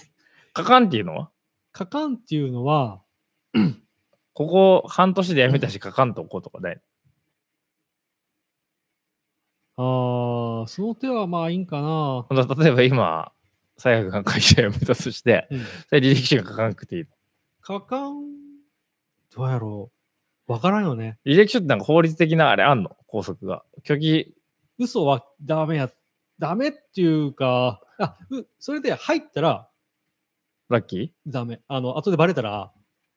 A: 書かんっていうのは
B: 書かんっていうのは、
A: ここ半年で辞めたし書かんとこうとかね。
B: ああ、その手はまあいいんかな。
A: ほんと例えば今、最悪が会社辞めたとして、
B: うん
A: それ履歴書が書かなくていい。
B: 書かん、どうやろう。わからんよね。
A: 履歴書ってなんか法律的なあれあんの拘束が。虚偽、
B: 嘘はダメや、ダメっていうか、あ、うそれで入ったら
A: ラッキー
B: ダメ。あの、後でバレたら、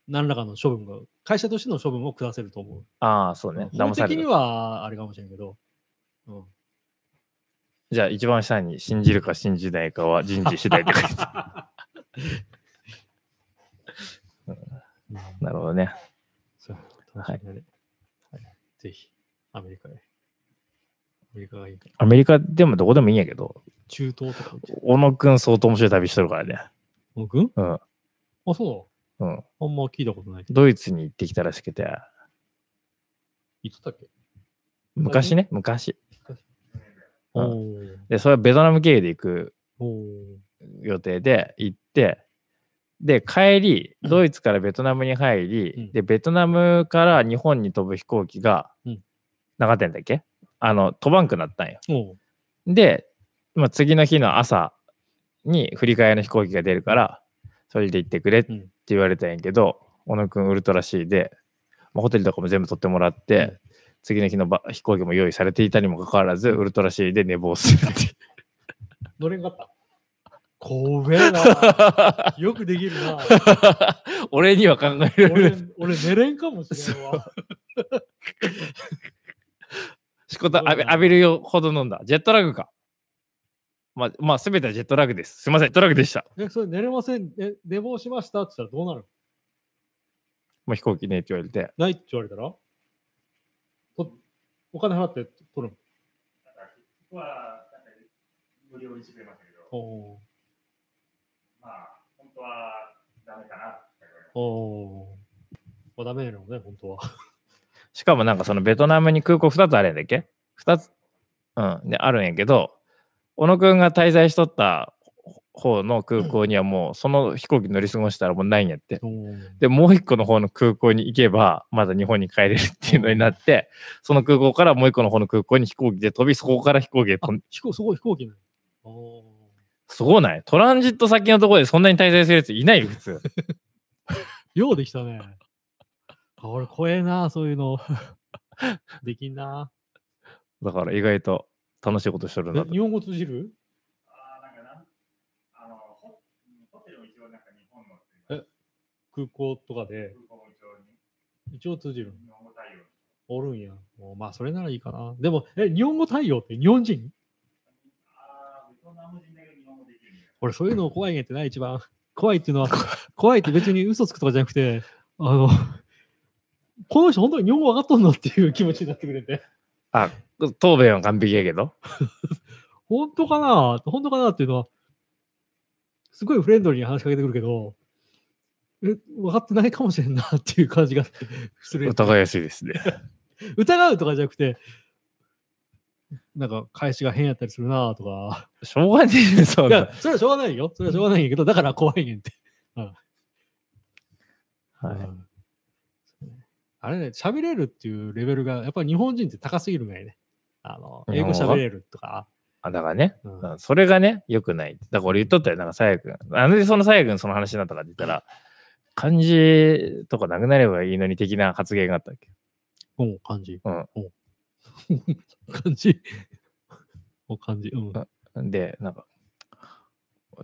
B: 何らかの処分が、会社としての処分を下せると思う。
A: ああ、そうね。
B: 法
A: 騙され
B: 的に
A: る。
B: はあれかもしれんけど、うん、
A: じゃあ一番下に信じるか信じないかは人事次第って書い てあ
B: うん
A: る。なるほどね。
B: そう、楽しみだね。はい。ぜひ、アメリカへ。アメリカがいいか。
A: アメリカでもどこでもいいんやけど、
B: 中東とか行って。
A: 小野くん相当面白い旅しとるからね。
B: 僕うん。
A: うん
B: あ、そ
A: うん。
B: う。あんま聞いたことないけど。
A: ドイツに行ってきたらしくて、
B: 行ってたっけ
A: 昔ね、昔。う
B: お
A: ん
B: ー
A: で、それはベトナム経由で行く
B: おー
A: 予定で行って、で、帰り、ドイツからベトナムに入り、
B: うん
A: で、ベトナムから日本に飛ぶ飛行機が、
B: うん
A: 長点だっけあの、飛ばんくなったんよ。
B: おー。
A: で、まあ、次の日の朝に振り替えの飛行機が出るから、それで行ってくれって
B: うん
A: 言われたんやけど、小野くんウルトラ C で、まあ、ホテルとかも全部取ってもらって、
B: うん
A: 次の日のば飛行機も用意されていたにもかかわらず、ウルトラ C で寝坊するって いう。
B: 乗れんかった。怖え な。よくできる な。
A: 俺には考えられない
B: 俺、俺寝れんかもしれんわ。
A: 仕事浴び浴びるよほど飲んだ。ジェットラグか。まあ、まあ、すべてはジェットラグです。すみません、ジェットラグでした。
B: え、それ寝れません。え、寝坊しましたって言ったらどうなる
A: もう飛行機ねって言われて。
B: ないって言われたらとお金払って取る
D: 僕は、なんか無料にしてくれましたけど、
B: の。お
D: まあ、本当はダメかなって思います
B: ーおー。まあ、ダメなのね、本当は。
A: しかもなんかそのベトナムに空港2つあるんだっけ ?2 つ、うん、であるんやけど、小野くんが滞在しとった方の空港にはもうその飛行機乗り過ごしたらもうないんやって。
B: おー
A: で、もう一個の方の空港に行けば、まだ日本に帰れるっていうのになって、その空港からもう一個の方の空港に飛行機で飛び、そこから飛行機で
B: あ
A: 飛ん、
B: 飛行、すごい飛行機なの。おー
A: すごないトランジット先のところでそんなに滞在するやついないよ、普通。
B: ようできたね。あ俺、 怖えな、そういうの。できんな。
A: だから意外と楽しいことしとるな
B: え
A: と。
B: 日本語通じる
D: あー、なんかな、あの、ホホテルも一応なんか日本のっていう
B: え空港とかで
D: 空港も一応に
B: 一応通じるの
D: 日本語対応。
B: おるんや。もうまあ、それならいいかな。でも、え、日本語対応って日本人
D: ああ、ベトナム人だけど日本語できる みたい
B: 俺、そういうの怖いねってない、一番。怖いっていうの は、怖いって別に嘘つくとかじゃなくて、あの、この人本当に日本語分かっとんのっていう気持ちになってくれて。
A: あ、答弁は完璧やけど。
B: 本当かな本当かなっていうのは、すごいフレンドリーに話しかけてくるけど、え、分かってないかもしれんなっていう感じがする。
A: 疑いやすいですね。
B: 疑うとかじゃなくて、なんか返しが変やったりするなとか、
A: しょうがねえね、そん
B: いや
A: な。、
B: それはしょうがないよ。それはしょうがないんやけど、だから怖いねんって。
A: は
B: う
A: い
B: んあれね、喋れるっていうレベルが、やっぱり日本人って高すぎるがいね。あの、
A: 日
B: 英語
A: 本語が
B: 喋れるとか。
A: あだからね、
B: うん
A: うんそれがね、良くない。だから俺言っとったよ、なんか、さやくん。なんでそのさやくんその話になったかって言ったら、漢字とかなくなればいいのに的な発言があったっけ。
B: うん、感じ。
A: うん
B: うん。感じ。お感じ。うん。
A: で、なんか、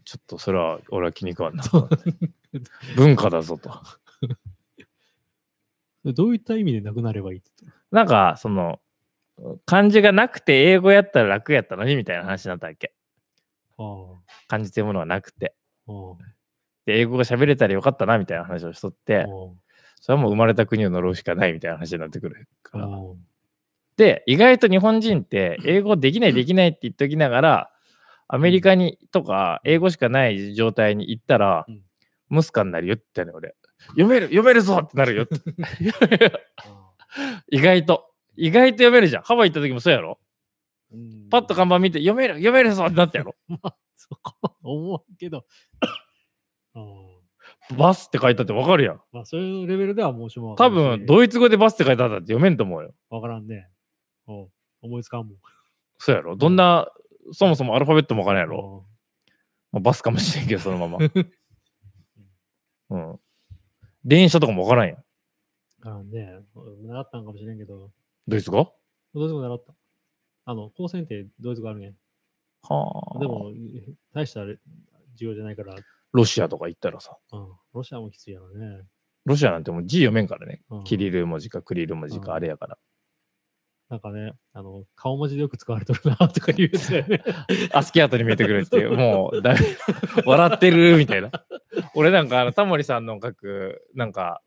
A: ちょっとそれは俺は気に食わんな。文化だぞと。
B: どういった意味でなくなればいいって言っ
A: なんか、その、漢字がなくて英語やったら楽やったのにみたいな話になったわけ。
B: たの
A: 漢字というものはなくて。
B: ああ。
A: で、英語が喋れたらよかったなみたいな話をしとって、それはもう生まれた国を呪うしかないみたいな話になってくるか
B: ああ。
A: ら。
B: ああ
A: で、意外と日本人って英語できないできないって言っときながら、アメリカにとか英語しかない状態に行ったら
B: うん、
A: ムスカになるよって言ったのよ俺。読める読めるぞってなるよ って。意外と。意外と読めるじゃん。ハワイ行った時もそうやろ
B: うん
A: パッと看板見て読める読めるぞってなったやろ。
B: そこは思うけ ど。ああ
A: バスって書いたってわかるやん。
B: まあ、そういうレベルではもうしも
A: 多分、ドイツ語でバスって書いてあったって読めんと思うよ。
B: わからんね。お思いつかんもん。
A: そうやろどんな、そもそもアルファベットもわからんやろ、
B: お
A: まあバスかもしれんけど、その まま。うん。電車とかもわからんやん。
B: わからんね。習ったんかもしれんけど、
A: ドイツ語
B: ドイツ語習った。あの、高専ってドイツ語あるね。
A: はあ。
B: で、も、大したれ授業じゃないから、
A: ロシアとか行ったらさ、
B: うん、ロシアもきついやろね。
A: ロシアなんてもう字読めんからね。
B: うん
A: キリル文字かクリル文字
B: うん
A: かあれやから。
B: なんかね、あの、顔文字でよく使われてるな、とか言うやつだ よね。
A: アスキーアートに見えてくるって いう、もうだいぶ、笑ってるみたいな。 俺なんか、あの、タモリさんの書く、なんか、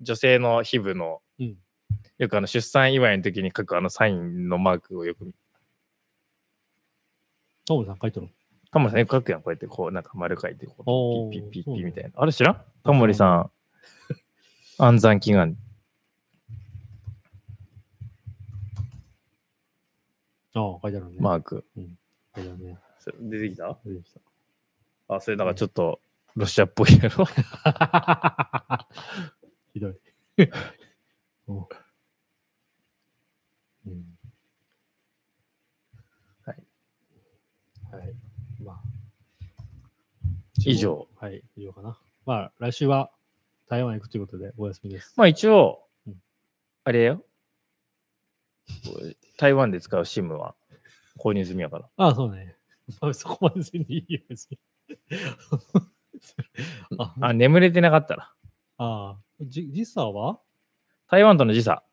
A: 女性の皮膚の、
B: うん
A: よくあの、出産祝いの時に書くあのサインのマークをよく、
B: トムさん書いてる
A: タモリさんよく書くやん、こうやって、こう、なんか丸書いて、こ
B: おー
A: う、ピッピッピ
B: そう
A: ッ
B: な
A: ピッ
B: んだ
A: みたいな。あれ知らんタモリさ ん、安産祈願。
B: の。ああ、書いてあるね。あ、
A: マーク。
B: 書いてあるね。
A: それ出てきた
B: 出てきた。
A: あ、それなんかちょっと、ロシアっぽいやろ。
B: ひどい。おうん、
A: はい。
B: はい。まあ。
A: 以上。
B: はい、以上かな。まあ、来週は台湾へ行くということでお休みです。
A: まあ一応
B: うん、
A: あれよ。台湾で使う SIM は購入済みやから。
B: ああ、そうね。まあ、そこまでせんでいいよ、別に。あ
A: あ、眠れてなかったら。
B: あー、じ時差は
A: 台湾との時 差。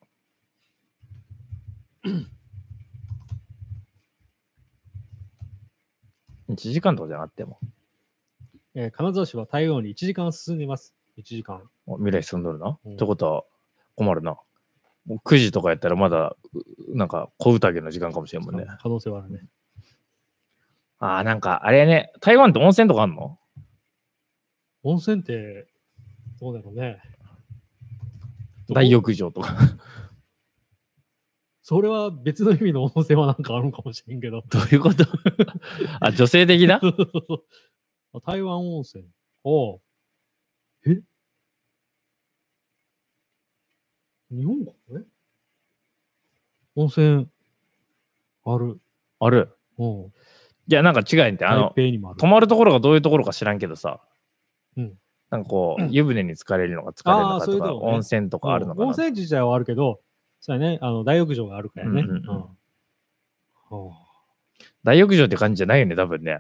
A: 1時間とかじゃなくても、
B: えー金沢市は台湾に1時間進んでいます。1時間。
A: もう未来進んどるな。
B: うん
A: ってことは困るな。もう9時とかやったらまだ、うなんか小宴の時間かもしれんもんね。
B: 可能性はあるね。
A: ああ、なんかあれやね、台湾って温泉とかあんの
B: 温泉って、どうだろうね。
A: 大浴場と か。
B: それは別の意味の温泉はなんかあるのかもしれんけど。
A: どういうこと あ、女性的な
B: 台湾温泉。おうえ日本かえ温泉ある。
A: ある。
B: おう
A: いや、なんか違うねんって、あ
B: 台
A: の、
B: 北にもある
A: 泊。まるところがどういうところか知らんけどさ、
B: うん
A: なんかこう、湯船に浸かれるのか疲れるの
B: あー
A: か
B: そうい
A: と
B: うと
A: か、
B: こね
A: 温泉とかあるのか
B: 温
A: な。
B: 泉自体はあるけど、そうやね、あの大浴場があるからね。
A: うんうんうん
B: うんはあ
A: 大浴場って感じじゃないよね、多分ね。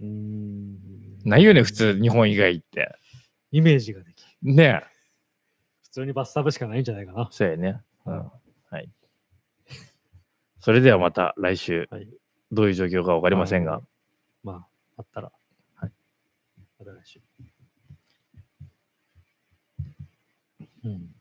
B: うーん。
A: ないよね、普通、日本以外って。
B: イメージができる。
A: ねえ。
B: 普通にバスタブしかないんじゃないかな。
A: そうやね。うん。はい。それではまた来週、
B: はい
A: どういう状況かわかりませんが、
B: まあ、あったら。
A: はい。
B: また来週。うん。